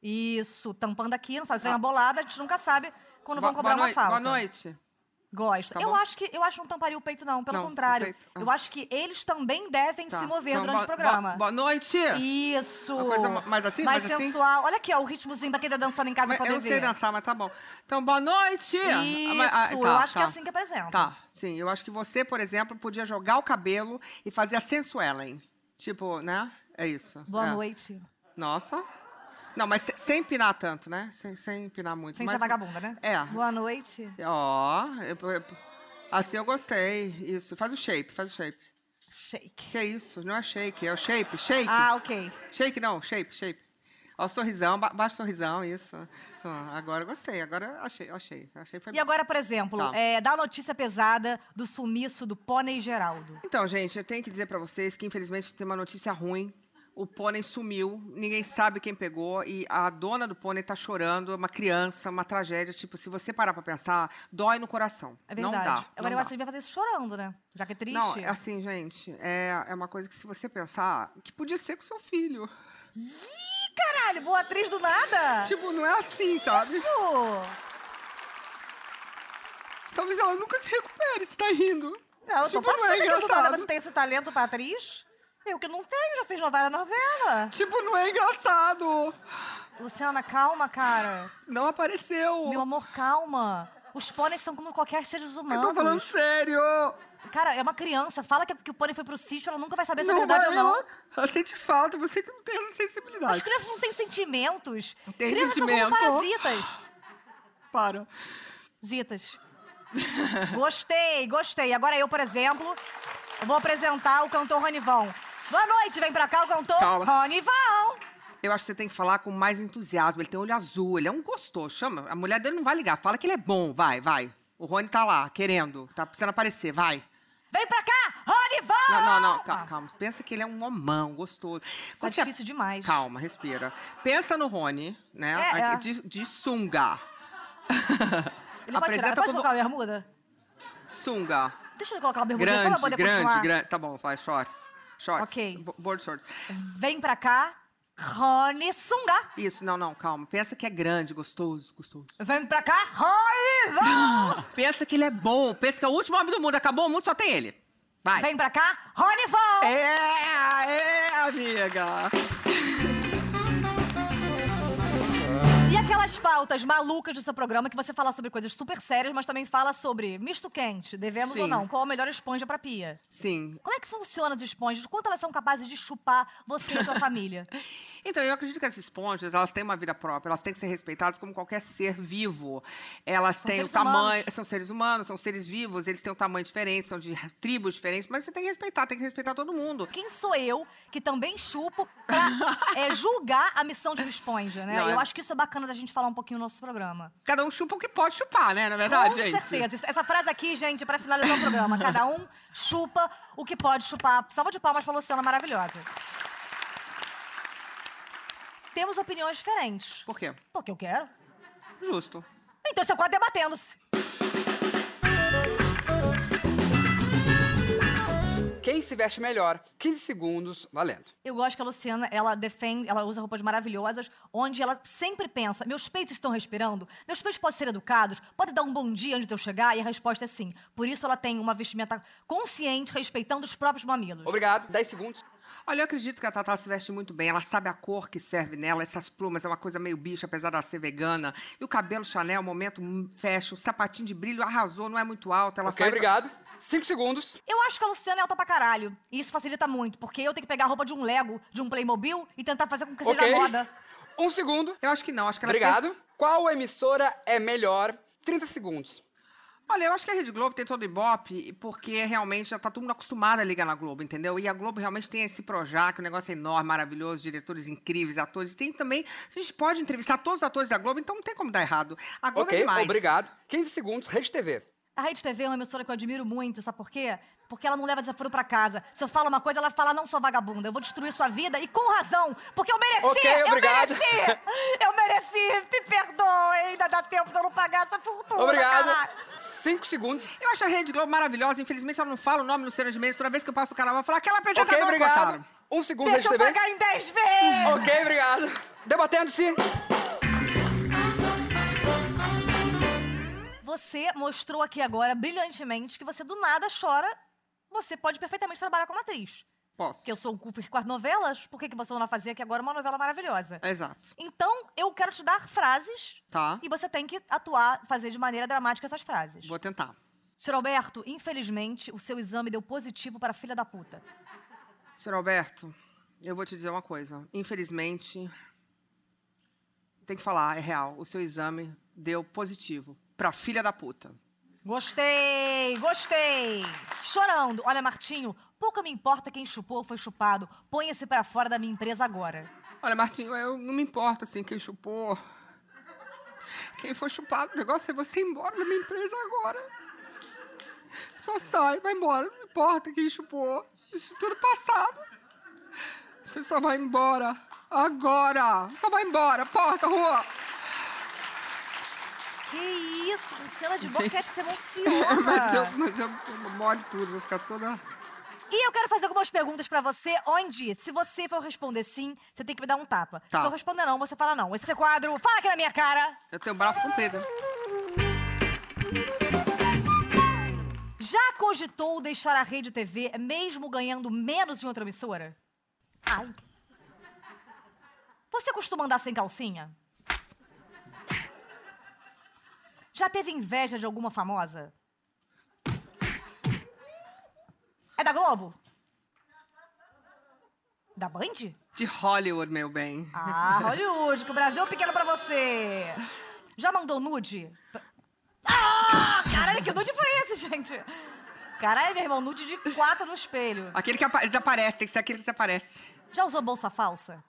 A: Isso, tampando aqui, não sabe se vem uma bolada, a gente nunca sabe quando vão
B: Bo-
A: cobrar
B: Tá. boa
A: uma
B: noi-
A: falta.
B: Boa noite.
A: Gosto.
B: Tá
A: eu
B: bom.
A: acho que eu acho que não tamparia o peito não, pelo
B: Não, o
A: contrário.
B: peito, ah.
A: Eu acho que eles também devem
B: Tá.
A: se mover
B: Então,
A: durante
B: bo-
A: o programa.
B: bo- Boa noite!
A: Isso.
B: Uma coisa ma- mais assim,
A: Mais,
B: mais assim?
A: sensual. Olha aqui, ó, o ritmozinho pra quem tá dançando em casa
B: Mas
A: poder
B: eu não sei
A: ver.
B: dançar, mas tá bom. Então, boa noite!
A: Isso,
B: Ah, mas- ah,
A: eu
B: tá,
A: acho que é
B: tá.
A: assim que apresenta.
B: Tá, sim. Eu acho que você, por exemplo, podia jogar o cabelo e fazer a sensuellen. Tipo, né? É isso.
A: Boa
B: é.
A: noite.
B: Nossa. Não, mas se- sem empinar tanto, né? Sem, sem empinar muito.
A: Sem
B: mas-
A: ser vagabunda, né?
B: É.
A: Boa noite.
B: Ó, eu- eu- assim eu gostei. Isso. Faz o shape, faz o shape.
A: Shake.
B: Que é isso? Não é shake, é o shape, shake.
A: Ah, ok.
B: Shake não, shape, shape. Ó, o sorrisão, ba baixo sorrisão, isso. Isso, Agora eu gostei, agora achei, achei. Achei foi
A: E agora, por exemplo,
B: Tá.
A: é, dá a notícia pesada do sumiço do Pônei Geraldo.
B: Então, gente, eu tenho que dizer pra vocês que infelizmente tem uma notícia ruim. O pônei sumiu, ninguém sabe quem pegou e a dona do pônei tá chorando, é uma criança, uma tragédia, tipo, se você parar pra pensar, dói no coração.
A: É verdade.
B: Não dá.
A: agora
B: não
A: eu
B: dá.
A: acho que você devia fazer isso chorando, né? Já que é triste.
B: Não, é assim, gente, é, é uma coisa que se você pensar, que podia ser com seu filho.
A: Ih, caralho, boa atriz do nada!
B: Tipo, não é assim, sabe?
A: Isso!
B: Talvez ela nunca se recupere, você tá rindo.
A: Não, eu tô
B: Tipo, não
A: passando
B: é
A: aqui do nada. Você
B: engraçado.
A: tem esse talento pra atriz? Eu que não tenho, já fiz novela novela.
B: Tipo, não é engraçado.
A: Luciana, calma, cara.
B: Não apareceu.
A: Meu amor, calma. Os pôneis são É como qualquer seres
B: eu tô
A: humanos.
B: falando sério.
A: Cara, é uma criança. Fala que, que o pônei foi pro sítio, ela nunca vai saber se é
B: não
A: verdade
B: vai,
A: ou não.
B: ela, ela sente falta, você que não tem essa
A: As
B: sensibilidade.
A: crianças não têm sentimentos.
B: Tem
A: crianças
B: sentimento.
A: são como parasitas.
B: Para.
A: Zitas. gostei, gostei. Agora eu, por exemplo, eu vou apresentar o cantor Ronivão. Boa noite, vem pra cá o cantor
B: Calma.
A: Ronivão.
B: Eu acho que você tem que falar com mais entusiasmo. Ele tem olho azul, ele é um gostoso. Chama, a mulher dele não vai ligar. Fala que ele é bom, vai, vai. O Rony tá lá, querendo, tá precisando aparecer, vai.
A: Vem pra cá, Ronivão.
B: Não, não, não, calma,
A: Ah,
B: calma. Pensa que ele é um homão, gostoso.
A: Tá
B: Quando você- é
A: difícil demais.
B: Calma, respira. Pensa no Rony, né?
A: É,
B: Aqui
A: é.
B: De, de sunga.
A: Ele pode tirar. Pode colocar a bermuda?
B: sunga.
A: Deixa ele colocar a bermuda só pra
B: Grande,
A: poder
B: grande,
A: continuar.
B: grande. Tá bom, faz shorts. Shorts.
A: Ok.
B: bo- Board shorts.
A: Vem pra cá, Rony Sunga.
B: Isso, não, não, calma. Pensa que é grande, gostoso, gostoso.
A: Vem pra cá, Ronivão.
B: Pensa que ele é bom. Pensa que é o último homem do mundo. Acabou o mundo, só tem ele. Vai.
A: Vem pra cá, Ronivão.
B: É, é, amiga.
A: E aquelas pautas malucas do seu programa que você fala sobre coisas super sérias, mas também fala sobre misto quente, devemos ou
B: Sim.
A: não, qual a melhor esponja pra pia.
B: Sim,
A: Como é que funcionam as esponjas? Quanto elas são capazes de chupar você e a sua família?
B: Então, eu acredito que essas esponjas, elas têm uma vida própria, elas têm que ser respeitadas como qualquer ser vivo. Elas têm o
A: seres
B: tamanho,
A: humanos.
B: são seres humanos, são seres vivos, eles têm um tamanho diferente, são de tribos diferentes, mas você tem que respeitar, tem que respeitar todo mundo.
A: Quem sou eu que também chupo pra é, julgar a missão de uma esponja, né?
B: Não,
A: eu
B: é-
A: acho que isso é bacana da gente falar um pouquinho no nosso programa.
B: Cada um chupa o que pode chupar, né? Na verdade,
A: Com
B: gente.
A: certeza. Isso- Essa frase aqui, gente, pra finalizar o programa. Cada um chupa o que pode chupar. Salva de palmas pra Luciana maravilhosa. Temos opiniões diferentes.
B: Por quê?
A: Porque eu quero.
B: Justo.
A: Então seu quadro debatendo-se.
C: Quem se veste melhor? 15 segundos, valendo.
A: Eu gosto que a Luciana, ela defende, ela usa roupas maravilhosas, onde ela sempre pensa: meus peitos estão respirando, meus peitos podem ser educados, pode dar um bom dia antes de eu chegar, e a resposta é sim. Por isso ela tem uma vestimenta consciente, respeitando os próprios mamilos.
C: Obrigado, 10 segundos.
B: Olha, eu acredito que a Tatá se veste muito bem. Ela sabe a cor que serve nela, essas plumas, é uma coisa meio bicha, apesar dela ser vegana. E o cabelo Chanel, momento hum, fecha, o sapatinho de brilho arrasou, não é muito alto. Ela
C: ok,
B: faz...
C: obrigado. 5 segundos.
A: Eu acho que a Luciana é alta pra caralho. E isso facilita muito, porque eu tenho que pegar a roupa de um Lego, de um Playmobil, e tentar fazer com que seja
C: ok.
A: moda.
C: Um segundo.
B: Eu acho que não, acho que ela tem-
C: Obrigado. Qual emissora é melhor? 30 segundos.
B: Olha, eu acho que a Rede Globo tem todo o ibope, porque realmente já tá todo mundo acostumado a ligar na Globo, entendeu? E a Globo realmente tem esse Projac, um negócio enorme, maravilhoso, diretores incríveis, atores. E tem também. A gente pode entrevistar todos os atores da Globo, então não tem como dar errado. A Globo é
C: ok,
B: demais.
C: obrigado. 15 segundos, Rede TV.
A: A Rede TV é uma emissora que eu admiro muito, sabe por quê? Porque ela não leva desaforo pra casa. Se eu falo uma coisa, ela fala, não sou vagabunda, eu vou destruir sua vida, e com razão, porque eu mereci,
C: Ok,
A: eu
C: obrigado.
A: mereci! Eu mereci, me perdoe, ainda dá tempo de eu não pagar essa fortuna, caralho.
C: Obrigado. 5 segundos.
B: Eu acho a Rede Globo maravilhosa. Infelizmente, ela não fala o nome no Cena de Mês. Toda vez que eu passo o canal, ela fala aquela apresentadora
C: Ok,
B: que
C: obrigado.
B: botaram."
C: Um segundo, Rede
A: Deixa eu
C: TV.
A: pagar em 10 vezes!
C: Ok, obrigado. Debatendo-se.
A: Você mostrou aqui agora, brilhantemente, que você do nada chora, você pode perfeitamente trabalhar como atriz.
B: Posso.
A: Que eu sou um cu com as novelas, por que, que você não vai fazer aqui agora uma novela maravilhosa?
B: Exato.
A: Então, eu quero te dar frases
B: Tá.
A: e você tem que atuar, fazer de maneira dramática essas frases.
B: Vou tentar.
A: Sr. Alberto, infelizmente, o seu exame deu positivo para a filha da puta.
B: Senhor Alberto, eu vou te dizer uma coisa. Infelizmente, tem que falar, é real. O seu exame deu positivo pra filha da puta.
A: Gostei, gostei. Chorando. Olha, Martinho, pouco me importa quem chupou ou foi chupado. Ponha-se pra fora da minha empresa agora.
B: Olha, Martinho, eu não me importo, assim, quem chupou. Quem foi chupado, o negócio é você ir embora da minha empresa agora. Só sai, vai embora, não importa quem chupou. Isso tudo é passado. Você só vai embora agora. Só vai embora, porta, rua.
A: Que isso, Priscila de Boquete se emociona.
B: mas eu, mas eu, eu moro tudo, vou ficar toda...
A: E eu quero fazer algumas perguntas pra você, onde, se você for responder sim, você tem que me dar um tapa.
B: Tá.
A: Se eu responder não, você fala não. Esse é o quadro, fala aqui na minha cara.
B: Eu tenho braço comprido.
A: Já cogitou deixar a rede TV, mesmo ganhando menos em outra emissora? Ai. Você costuma andar sem calcinha? Já teve inveja de alguma famosa? É da Globo? Da Band?
B: De Hollywood, meu bem.
A: Ah, Hollywood, que o Brasil é pequeno pra você. Já mandou nude? Ah, caralho, que nude foi esse, gente? Caralho, meu irmão, nude de quatro no espelho.
B: Aquele que apa- desaparece, tem que ser aquele que desaparece.
A: Já usou bolsa falsa?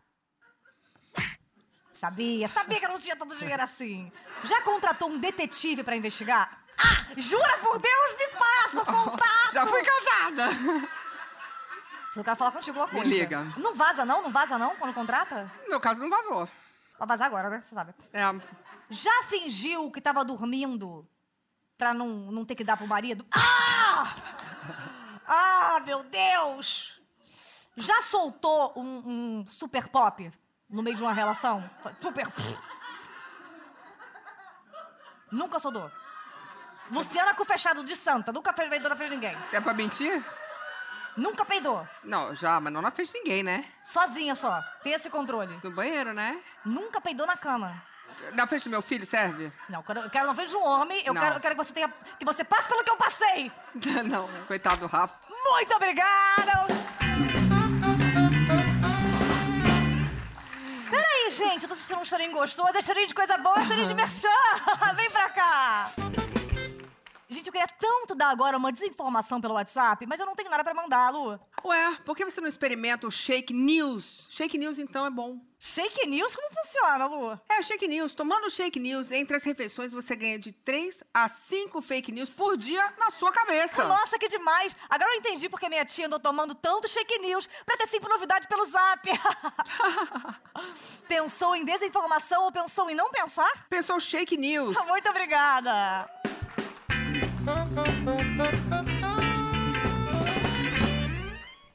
A: Sabia, sabia que eu não tinha tanto dinheiro assim. Já contratou um detetive pra investigar? Ah, jura por Deus, me passa o contato!
B: Já fui casada.
A: Eu quero falar contigo uma
B: Me
A: coisa.
B: liga.
A: Não vaza não? Não vaza não quando contrata?
B: No meu caso, não vazou.
A: Vai vazar agora, né? Você sabe.
B: É,
A: Já fingiu que tava dormindo pra não, não ter que dar pro marido? Ah! Ah, meu Deus! Já soltou um, um super pop no meio de uma relação? Super. Nunca soltou. Luciana com o fechado de santa. Nunca peidou na frente de ninguém.
B: é pra mentir?
A: Nunca peidou.
B: Não, já, mas não na frente de ninguém, né?
A: Sozinha só. Tem esse controle.
B: No banheiro, né?
A: Nunca peidou na cama.
B: Na frente do meu filho, serve?
A: Não, eu quero, eu quero na frente de um homem. Eu
B: Não.
A: quero, eu quero que você tenha. Que você passe pelo que eu passei!
B: Não, coitado do Rafa.
A: Muito obrigada! Peraí, gente, eu tô sentindo um chorinho gostoso, é chorinho de coisa boa, é chorinho de merchan! Vem pra cá! Gente, eu queria tanto dar agora uma desinformação pelo WhatsApp, mas eu não tenho nada pra mandar, Lu.
B: Ué, por que você não experimenta o shake news? Shake news, então, é bom.
A: Fake news, como funciona, Lu?
B: É, shake news. Tomando shake news entre as refeições, você ganha de 3 a 5 fake news por dia na sua cabeça.
A: Nossa, que demais! Agora eu entendi porque minha tia andou tomando tanto shake news pra ter sempre novidade pelo zap. pensou em desinformação ou pensou em não pensar?
B: Pensou shake news.
A: Muito obrigada!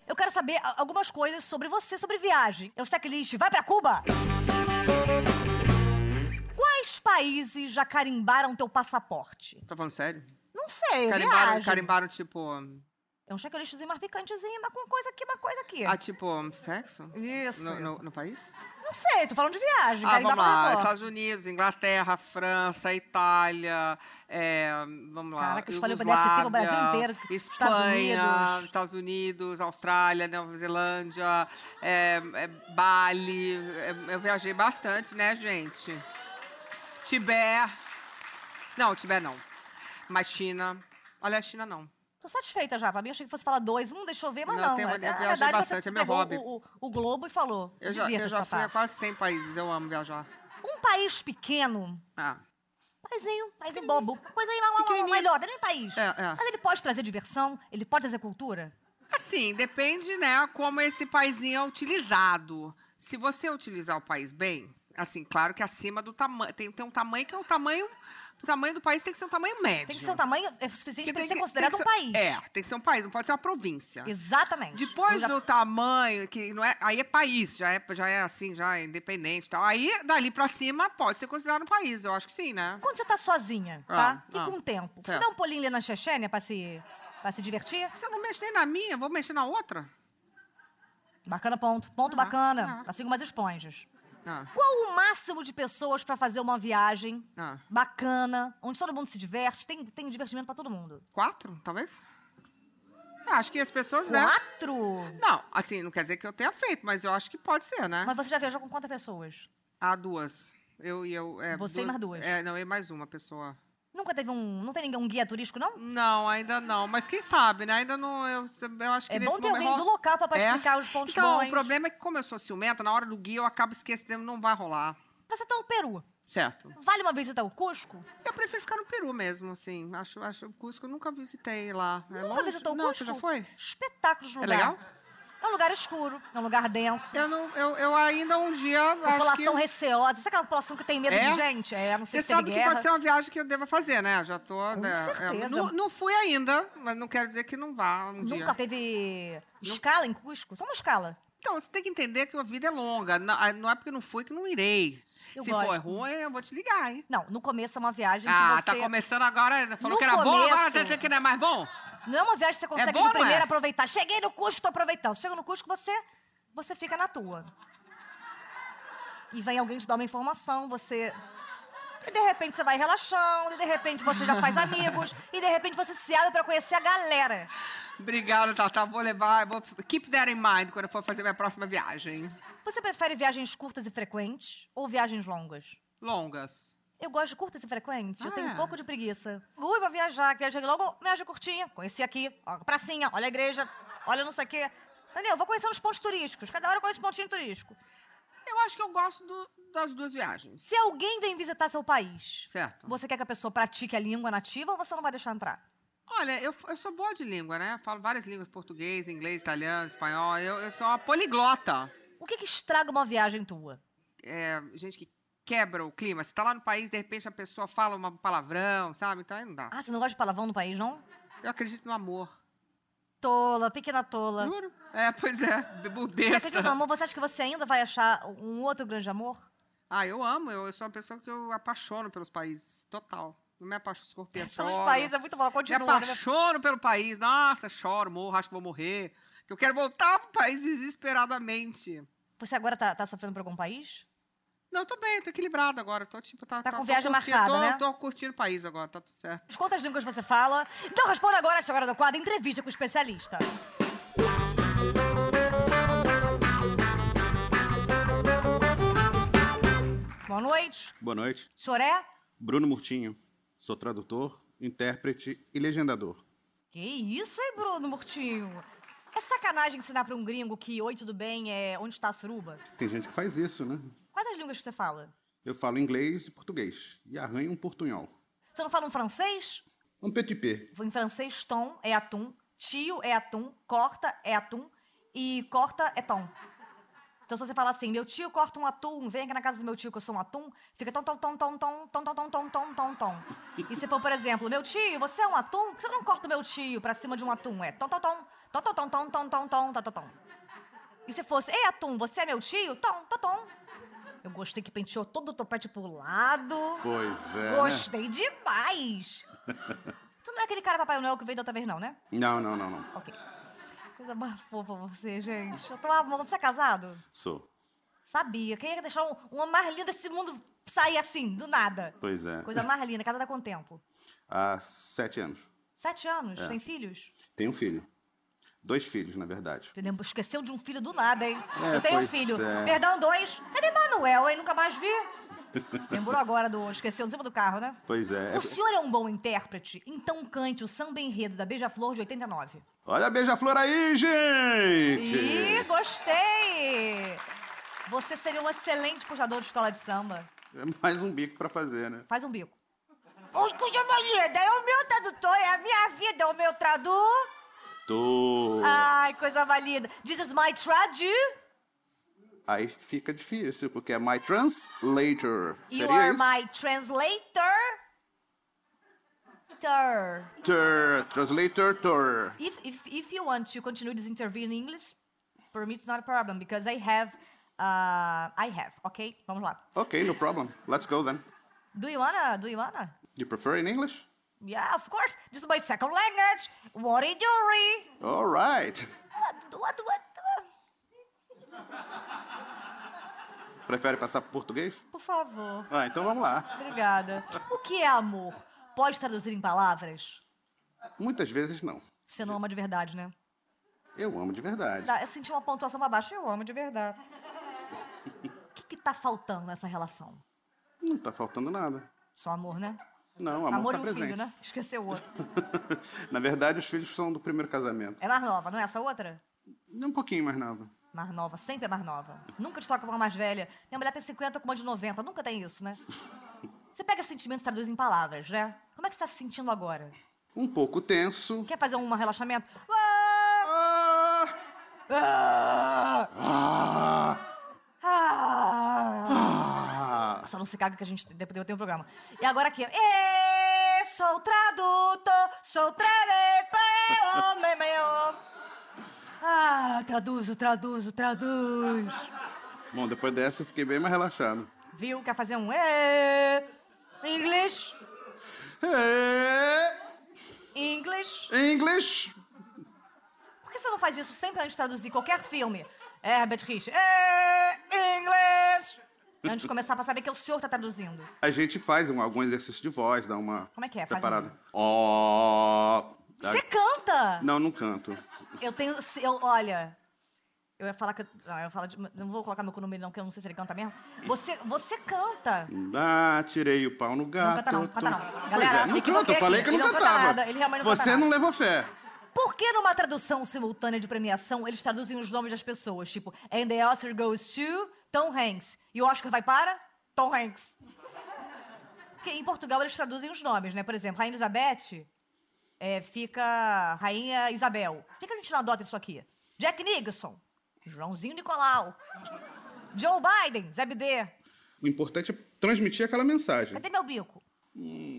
A: Eu quero saber a- algumas coisas sobre você, sobre viagem. É o checklist. Vai pra Cuba! Quais países já carimbaram teu passaporte?
B: Tá falando sério?
A: Não sei,
B: Carimbaram,
A: viagem.
B: carimbaram, tipo...
A: É um checklistzinho mais picantezinho, mas com uma coisa aqui, uma coisa aqui.
B: Ah, tipo, sexo?
A: Isso,
B: No, no-
A: isso.
B: no país?
A: Não sei, tô falando de viagem.
B: Ah,
A: carimbar
B: vamos lá.
A: passaporte.
B: Estados Unidos, Inglaterra, França, Itália, é, vamos lá.
A: Caraca, eu escolhi o BDST pro Brasil
B: Iugoslávia,
A: inteiro. Estados
B: Espanha, Estados
A: Unidos.
B: Unidos, Austrália, Nova Zelândia, é, é, Bali. é, eu viajei bastante, né, gente? Tibé. Não, Tibé não. Mas China. Olha, a China não.
A: Tô satisfeita já. Pra mim, eu achei que fosse falar dois. Hum, deixa eu ver, mas
B: Não,
A: não.
B: tem uma-
A: é-
B: eu
A: na
B: viajei
A: verdade,
B: bastante,
A: você
B: é meu
A: pegou
B: hobby.
A: O, o- o Globo e falou.
B: Eu já, eu
A: divirta-se,
B: já fui
A: papá.
B: a quase 100 países. Eu amo viajar.
A: Um país pequeno,
B: Ah,
A: paizinho, paizinho bobo. Coisa aí, uma, uma, uma,
B: Pequenininho.
A: malhota, nem país.
B: É, é.
A: Mas ele pode trazer diversão, ele pode trazer cultura.
B: Assim, depende, né, como esse paizinho é utilizado. Se você utilizar o país bem, assim, claro que acima do tamanho. Tem, tem um tamanho que é o tamanho. O tamanho do país tem que ser um tamanho médio.
A: Tem que ser um tamanho é suficiente
B: Porque
A: pra ele
B: tem
A: ser
B: que-
A: considerado
B: tem
A: um
B: que ser-
A: país.
B: É, tem que ser um país, não pode ser uma província.
A: Exatamente.
B: Depois
A: Já-
B: do tamanho, que não é. Aí é país, já é, já é assim, já é independente e tal. Aí, dali pra cima, pode ser considerado um país. Eu acho que sim, né?
A: Quando você tá sozinha,
B: Ah,
A: tá? e
B: ah.
A: com o tempo. Você
B: Certo.
A: dá um pulinho ali na Chechênia pra se, pra se divertir?
B: Se eu não mexer nem na minha, vou mexer na outra?
A: Bacana ponto. Ponto
B: Ah,
A: bacana.
B: ah.
A: Assim como as esponjas.
B: Ah,
A: Qual o máximo de pessoas pra fazer uma viagem
B: ah.
A: bacana, onde todo mundo se diverte, tem, tem divertimento pra todo mundo?
B: Quatro, talvez? Ah, acho que as pessoas, né?
A: Quatro?
B: Não, assim, não quer dizer que eu tenha feito, mas eu acho que pode ser, né?
A: Mas você já viajou com quantas pessoas?
B: Há duas. Eu e eu. é,
A: Você e mais duas.
B: É, não, eu e mais uma pessoa.
A: Não nunca teve um. Não tem ninguém, um guia turístico, não?
B: Não, ainda não. Mas quem sabe, né? Ainda não. Eu, eu acho que
A: É
B: nesse
A: bom ter
B: momento-
A: alguém do local pra- pra
B: É.
A: explicar os pontos
B: então,
A: bons.
B: o problema é que, como eu sou ciumenta, na hora do guia eu acabo esquecendo, não vai rolar.
A: Você tá no Peru.
B: Certo.
A: Vale uma visita ao Cusco?
B: Eu prefiro ficar no Peru mesmo, assim. Acho, acho o Cusco eu nunca visitei lá. É
A: Nunca
B: longe?
A: visitou o
B: Não,
A: Cusco?
B: você já foi?
A: Espetáculo de
B: É
A: lugar.
B: legal?
A: É um lugar escuro, é um lugar denso.
B: Eu, não, eu, eu ainda um dia acho que...
A: população receosa. Sabe aquela população que tem medo
B: É?
A: de gente? É, não sei
B: Você
A: se teve
B: sabe que
A: guerra.
B: pode ser uma viagem que eu deva fazer, né? Já tô...
A: Com
B: né, é,
A: certeza.
B: não, não fui ainda, mas não quero dizer que não vá um dia.
A: Nunca teve escala em Cusco? Só uma escala.
B: Então, você tem que entender que a vida é longa. Não, ah, não é porque eu não fui que não irei.
A: Eu
B: Se
A: gosto.
B: for ruim, eu vou te ligar, hein?
A: Não, no começo é uma viagem
B: Ah,
A: que você...
B: tá começando agora. Falou
A: No
B: que era bom, agora
A: começo-
B: tá dizendo que não é mais bom?
A: Não é uma viagem que você consegue
B: bom,
A: de
B: não é?
A: primeira aproveitar. Cheguei no Cusco, tô aproveitando. Chega no Cusco, você, você fica na tua. E vem alguém te dar uma informação, você... E de repente você vai relaxando, e de repente você já faz amigos, e de repente você se abre pra conhecer a galera.
B: Obrigada, Tata. Vou levar. Vou keep that in mind quando eu for fazer minha próxima viagem.
A: Você prefere viagens curtas e frequentes ou viagens longas?
B: Longas.
A: Eu gosto de curtas e frequentes. Eu
B: Ah,
A: tenho um
B: é?
A: pouco de preguiça. Ui, vou viajar, que viagem logo, viagem curtinha. Conheci aqui, ó, a pracinha, olha a igreja, olha não sei o quê. Entendeu? Vou conhecer uns pontos turísticos. Cada hora eu conheço um pontinho turístico.
B: Eu acho que eu gosto do- das duas viagens.
A: Se alguém vem visitar seu país,
B: Certo.
A: você quer que a pessoa pratique a língua nativa ou você não vai deixar entrar?
B: Olha, eu, eu sou boa de língua, né? Eu falo várias línguas: português, inglês, italiano, espanhol. Eu, eu sou uma poliglota.
A: O que, que estraga uma viagem tua?
B: É, gente que quebra o clima. Você tá lá no país, de repente a pessoa fala um palavrão, sabe? Então aí não dá.
A: Ah, você não gosta de palavrão no país, não?
B: Eu acredito no amor.
A: Tola, pequena tola.
B: Juro? É, pois é. Bebo
A: Você acredita no
B: besta.
A: amor? Você acha que você ainda vai achar um outro grande amor?
B: Ah, eu amo. Eu, eu sou uma pessoa que eu apaixono pelos países. Total. Não me apaixono, escorpião.
A: Pelos
B: choro.
A: países é muito bom,
B: Me
A: continua. né?
B: apaixono pelo país. Nossa, choro, morro, acho que vou morrer. Que eu quero voltar pro país desesperadamente.
A: Você agora tá, tá sofrendo por algum país?
B: Não, eu tô bem, eu tô equilibrada agora. eu Tô, tipo, tá,
A: Tá
B: tô-
A: com
B: tô
A: viagem
B: curtindo,
A: marcada,
B: tô,
A: né?
B: Tô curtindo o país agora, tá tudo certo.
A: Mas Quantas línguas você fala? Então responda agora, chegou a hora do quadro Entrevista com o Especialista. Boa noite.
D: Boa noite.
A: O senhor é?
D: Bruno Murtinho. Sou tradutor, intérprete e legendador.
A: Que isso, hein, Bruno Murtinho? É sacanagem ensinar pra um gringo que oi, tudo bem, é onde está a suruba?
D: Tem gente que faz isso, né?
A: Quais as línguas que você fala?
D: Eu falo inglês e português. E arranho um portunhol.
A: Você não fala um francês?
D: Um petit peu.
A: Em francês, tom é atum, tio é atum, corta é atum e corta é tom. Então, se você falar assim, meu tio corta um atum, vem aqui na casa do meu tio que eu sou um atum, fica tom, tom, tom, tom, tom, tom, tom, tom, tom, tom, tom, tom. E se for, por exemplo, meu tio, você é um atum? Por que você não corta o meu tio pra cima de um atum? É tom, tom, tom, tom, tom, tom, tom, tom, tom, tom, tom, tom, tom. E se fosse, ei, atum, você é meu tio? Tom, tom, tom. Eu gostei que penteou todo o topete pro lado.
D: Pois é. né?
A: Gostei demais! tu não é aquele cara Papai Noel que veio da outra vez, não, né?
D: Não, não, não, não.
A: Ok. Coisa mais fofa você, gente. Eu tô amando. Você é casado?
D: Sou.
A: Sabia. Quem ia deixar um, uma mais linda desse mundo sair assim, do nada?
D: Pois é.
A: Coisa mais linda. Casada há quanto tempo?
D: Há sete anos.
A: Sete anos?
D: É.
A: Sem filhos?
D: Tenho um filho. Dois filhos, na verdade.
A: Tu lembra- Esqueceu de um filho do nada, hein?
D: É,
A: Eu tenho um
D: pois
A: filho.
D: é.
A: Perdão, dois. Cadê Manuel, hein? Nunca mais vi. Lembrou agora do... Esqueceu em cima do carro, né?
D: Pois é.
A: O senhor é um bom intérprete? Então cante o samba enredo da Beija-Flor de 89.
D: Olha a beija-flor aí,
A: Ih,
D: gente!
A: gostei! Você seria um excelente puxador de escola de samba.
D: É mais um bico pra fazer, né?
A: Faz um bico. Oi, cuja linda, é o meu tradutor, é a minha vida, é o meu tradu. Ah.
D: Tô.
A: Ai, coisa mais linda. This is my tradu.
D: Aí fica difícil, porque é my translator.
A: You
D: Seria
A: are
D: isso?
A: my translator. Ter.
D: Tur, translator Tur.
A: If, if, if you want to continue this interview in English, for me it's not a problem, because I have, uh, I have, ok? Vamos lá.
D: Okay, no problem. Let's go then.
A: Do you wanna, do you wanna?
D: You prefer in English?
A: Yeah, of course. This is my second language. What are you doing?
D: All right.
A: What, what, what?
D: Prefere passar por português?
A: Por favor.
D: Ah, então vamos lá.
A: Obrigada. O que é amor? Pode traduzir em palavras?
D: Muitas vezes não.
A: Você não ama de verdade, né?
D: Eu amo de verdade.
A: Dá- Eu senti uma pontuação pra baixo. Eu amo de verdade. O que, que tá faltando nessa relação?
D: Não tá faltando nada.
A: Só amor, né?
D: Não, amor,
A: Amor
D: tá
A: e um
D: presente.
A: filho, né? Esqueceu o outro.
D: Na verdade, os filhos são do primeiro casamento.
A: É mais nova, não é essa outra?
D: Um pouquinho mais nova.
A: Mais nova, sempre é mais nova. Nunca te toca com uma mais velha. Minha mulher tem 50 com uma de 90, nunca tem isso, né? Você pega sentimentos e traduz em palavras, né? Como é que você tá se sentindo agora?
D: Um pouco tenso.
A: Quer fazer um relaxamento? Ah!
D: Ah!
A: Ah!
D: Ah!
A: Ah!
D: Ah!
A: Só não se caga que a gente depois tem um programa. E agora aqui. ó. Eh, sou traduto, sou traduto, homem meu. Ah, traduzo, traduzo, traduz.
D: Bom, depois dessa eu fiquei bem mais relaxado.
A: Viu? Quer fazer um eh? English,
D: É...
A: English.
D: English!
A: Por que você não faz isso sempre antes de traduzir qualquer filme? É, Herbert Rich. Eh, English. Antes de começar pra saber que o senhor tá traduzindo.
D: A gente faz um, algum exercício de voz, dá uma.
A: Como é que é? Faz
D: Preparada.
A: um.
D: Ó. Tá.
A: Você canta!
D: Não, não canto.
A: Eu tenho. se- Eu, olha. Eu ia falar que. eu- Não, eu ia falar de- não vou colocar meu cu no meio, não, porque eu não sei se ele canta mesmo. Você, você canta.
D: Ah, tirei o pau no
A: Não
D: gato.
A: canta, não, canta, não.
D: Pois
A: Galera, me
D: é, não canta,
A: equivoquei
D: eu falei
A: aqui.
D: que eu não
A: Ele não canta
D: cantava.
A: nada, ele realmente não
D: Você
A: canta nada.
D: não levou fé.
A: Por que numa tradução simultânea de premiação eles traduzem os nomes das pessoas? Tipo, And the Oscar goes to Tom Hanks. E o Oscar vai para Tom Hanks. Porque em Portugal eles traduzem os nomes, né? Por exemplo, Rainha Elizabeth é, fica Rainha Isabel. Por que, que a gente não adota isso aqui? Jack Nicholson, Joãozinho Nicolau, Joe Biden, Zé BD.
D: O importante é transmitir aquela mensagem.
A: Cadê meu bico?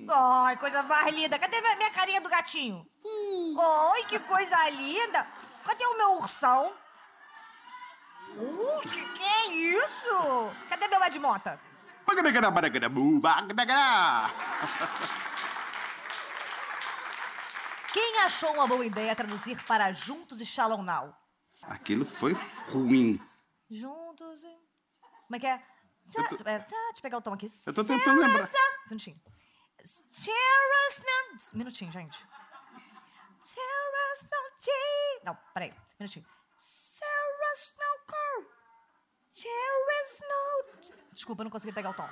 A: Ai, coisa mais linda. Cadê minha, minha carinha do gatinho? Ai, que coisa linda. Cadê o meu ursão? Uh, que que é isso? Cadê meu Edmota? Quem achou uma boa ideia traduzir para Juntos e Shalom Now?
D: Aquilo foi ruim.
A: Juntos e... Como é que é?
D: Eu tô-
A: Tá, é, tá, deixa eu pegar o tom aqui.
D: Eu tô tentando lembrar.
A: Sarasta- Um Minutinho. Sarasta- Um Minutinho, gente. Sarasta- Ti- Não, peraí. Um Minutinho. Sarasta- Cor- Sarasta- Desculpa, eu não consegui pegar o tom.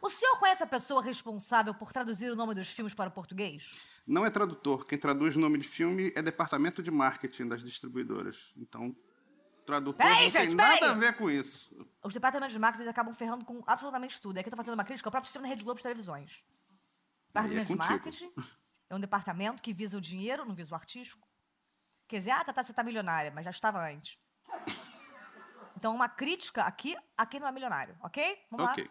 A: O senhor conhece a pessoa responsável por traduzir o nome dos filmes para o português?
D: Não é tradutor. Quem traduz o nome de filme é departamento de marketing das distribuidoras. Então, tradutor
A: Peraí,
D: não tem
A: gente,
D: nada
A: peraí.
D: a ver com isso.
A: Os departamentos de marketing acabam ferrando com absolutamente tudo. Aqui eu tô fazendo uma crítica ao próprio sistema da Rede Globo de televisões.
D: Aí é
A: Departamento de
D: contigo.
A: marketing é um departamento que visa o dinheiro, não visa o artístico. Quer dizer, ah, Tatá, você tá milionária, mas já estava antes. Então, uma crítica aqui a quem não é milionário, ok? Vamos
D: Ok.
A: lá.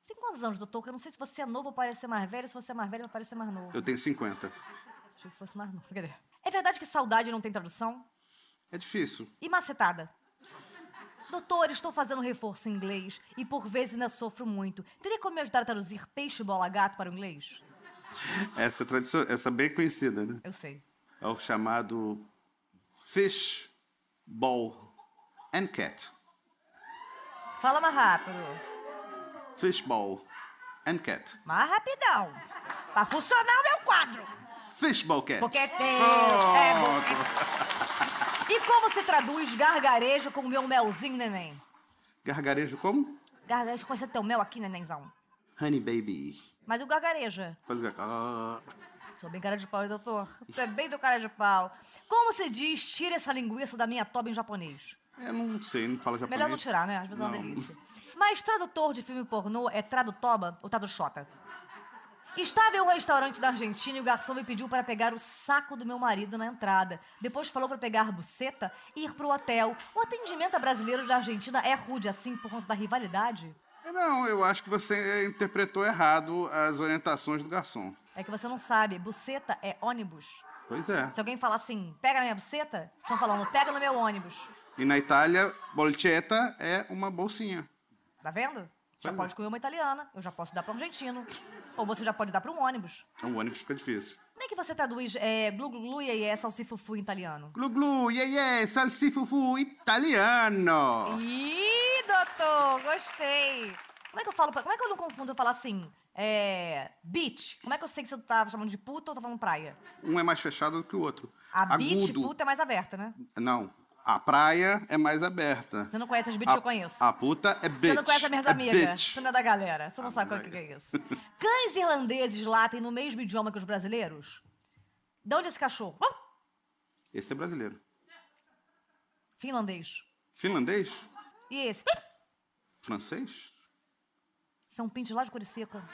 A: Você tem quantos anos, doutor? Que eu não sei se você é novo ou parecer mais velho, se você é mais velho ou parecer mais novo.
D: Eu tenho 50.
A: Achei que fosse mais novo. Cadê? É verdade que saudade não tem tradução?
D: É difícil.
A: e macetada. Doutor, estou fazendo reforço em inglês e por vezes ainda sofro muito. Teria como me ajudar a traduzir peixe e bola gato para o inglês?
D: Essa tradição, essa bem conhecida, né?
A: Eu sei.
D: É o chamado Fish, Ball and Cat.
A: Fala mais rápido.
D: Fish, Ball and Cat.
A: Mais rapidão. Tá Pra funcionar o meu um quadro.
D: Fish, Ball, Cat. Ah!
A: Porque é teu. É bom. E como se traduz gargarejo com o meu melzinho, neném?
D: Gargarejo como?
A: Gargarejo é com esse teu mel aqui, nenenzão.
D: Honey Baby.
A: Mas o gargareja.
D: Faz o gar- Ah.
A: Sou bem cara de pau, hein, doutor? Tu é bem do cara de pau. Como se diz tira essa linguiça da minha toba em japonês?
D: Eu não sei, não falo japonês.
A: Melhor não tirar, né? Às vezes é uma
D: Não.
A: delícia. Mas tradutor de filme pornô é tradutoba ou traduchota? Estava em um restaurante da Argentina e o garçom me pediu para pegar o saco do meu marido na entrada. Depois falou para pegar a buceta e ir pro hotel. O atendimento a brasileiros da Argentina é rude assim por conta da rivalidade?
D: É, Não, eu acho que você interpretou errado as orientações do garçom.
A: É que você não sabe, buceta é ônibus.
D: Pois é.
A: Se alguém falar assim, pega na minha buceta, estão falando, pega no meu ônibus.
D: E na Itália, bolchetta é uma bolsinha.
A: Tá vendo? Já
D: Pois é.
A: pode comer uma italiana, eu já posso dar para um argentino. Ou você já pode dar para um ônibus.
D: Então o ônibus fica difícil.
A: Como é que você traduz é, glu glu glu e aí é salsifufu em italiano?
D: Glu glu, ye ye, salsifufu italiano.
A: Ih, doutor, gostei. Como é que eu falo, pra- como é que eu não confundo eu falar assim, é, beach? Como é que eu sei que você tá chamando de puta ou tá falando praia?
D: Um é mais fechado do que o outro.
A: A beach,
D: Agudo.
A: puta é mais aberta, né?
D: Não. A praia é mais aberta.
A: Você não conhece as bitch
D: a,
A: que eu conheço.
D: A puta é bitch.
A: Você não conhece as minhas
D: é
A: amigas.
D: bitch.
A: Você não é da galera. Você não sabe o
D: Ah, mas-
A: que que é isso. Cães irlandeses latem no mesmo idioma que os brasileiros? De onde é esse cachorro? Ah,
D: Esse é brasileiro.
A: finlandês.
D: Finlandês?
A: E esse?
D: Francês?
A: São pinte lá de Curicica.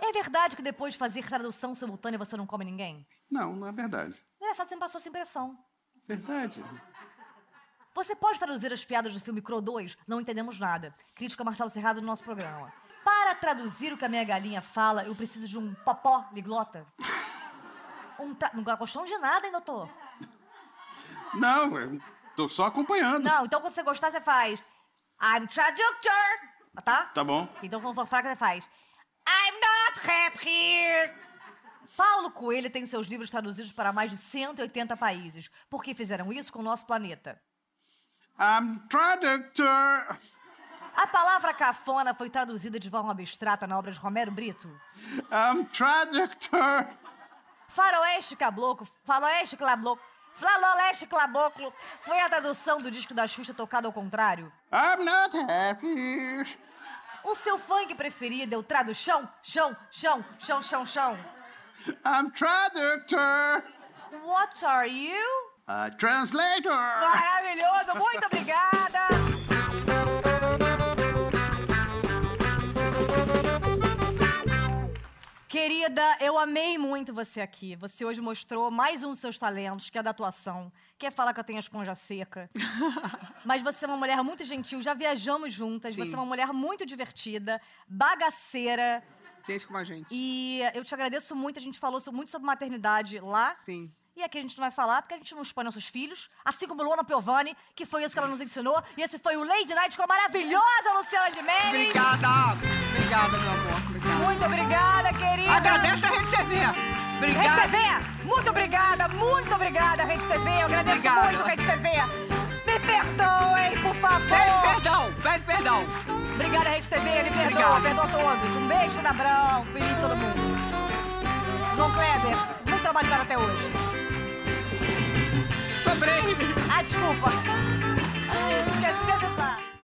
A: É verdade que depois de fazer tradução simultânea você não come ninguém?
D: Não, não é verdade.
A: Engraçado, você me passou essa impressão.
D: Verdade.
A: Você pode traduzir as piadas do filme Cro 2? Não entendemos nada. Crítica Marcelo Serrado no nosso programa. Para traduzir o que a minha galinha fala, eu preciso de um popó liglota. Um tra... Não gostou de nada, hein, doutor?
D: Não, eu tô só acompanhando.
A: Não, então quando você gostar, você faz... I'm traductor, tá?
D: Tá bom?
A: Então quando for fraca, você faz... I'm not happy! Paulo Coelho tem seus livros traduzidos para mais de 180 países. Por que fizeram isso com o nosso planeta?
D: I'm traductor.
A: A palavra cafona foi traduzida de forma abstrata na obra de Romero Brito.
D: I'm traductor.
A: Faroeste Cabloco, Faroeste Cabloco, Flaloleste Caboclo foi a tradução do disco da Xuxa tocado ao contrário.
D: I'm not happy.
A: O seu funk preferido é o trado chão, chão, chão, chão, chão, chão.
D: I'm traductor.
A: What are you?
D: A Uh, translator.
A: Maravilhoso, muito obrigada! Querida, eu amei muito você aqui. Você hoje mostrou mais um dos seus talentos, que é da atuação. Quer falar que eu tenho a esponja seca? Mas você é uma mulher muito gentil, já viajamos juntas.
B: Sim.
A: Você é uma mulher muito divertida, bagaceira.
B: Gente como a gente.
A: E eu te agradeço muito. A gente falou so- muito sobre maternidade lá.
B: Sim.
A: E aqui a gente não vai falar, porque a gente não expõe nossos filhos. Assim como Luana Piovani, que foi isso que ela nos ensinou. E esse foi o Lady Night com a maravilhosa Luciana de Melli.
B: Obrigada! Obrigada, meu amor. Obrigada.
A: Muito obrigada, querida.
B: Agradeço a Rede TV.
A: Rede
B: Obrigada.
A: TV, muito obrigada, muito obrigada, Rede TV. Eu agradeço
B: Obrigada.
A: muito, Rede TV. Me perdoem, por
B: Pede
A: favor.
B: perdão, pede perdão.
A: Obrigada, Rede TV. Me perdoa,
B: Obrigada.
A: perdoa todos. Um beijo da Brão, filhinho de todo mundo. João Kleber, muito trabalhado até hoje.
B: Sobrei.
A: Ah, desculpa.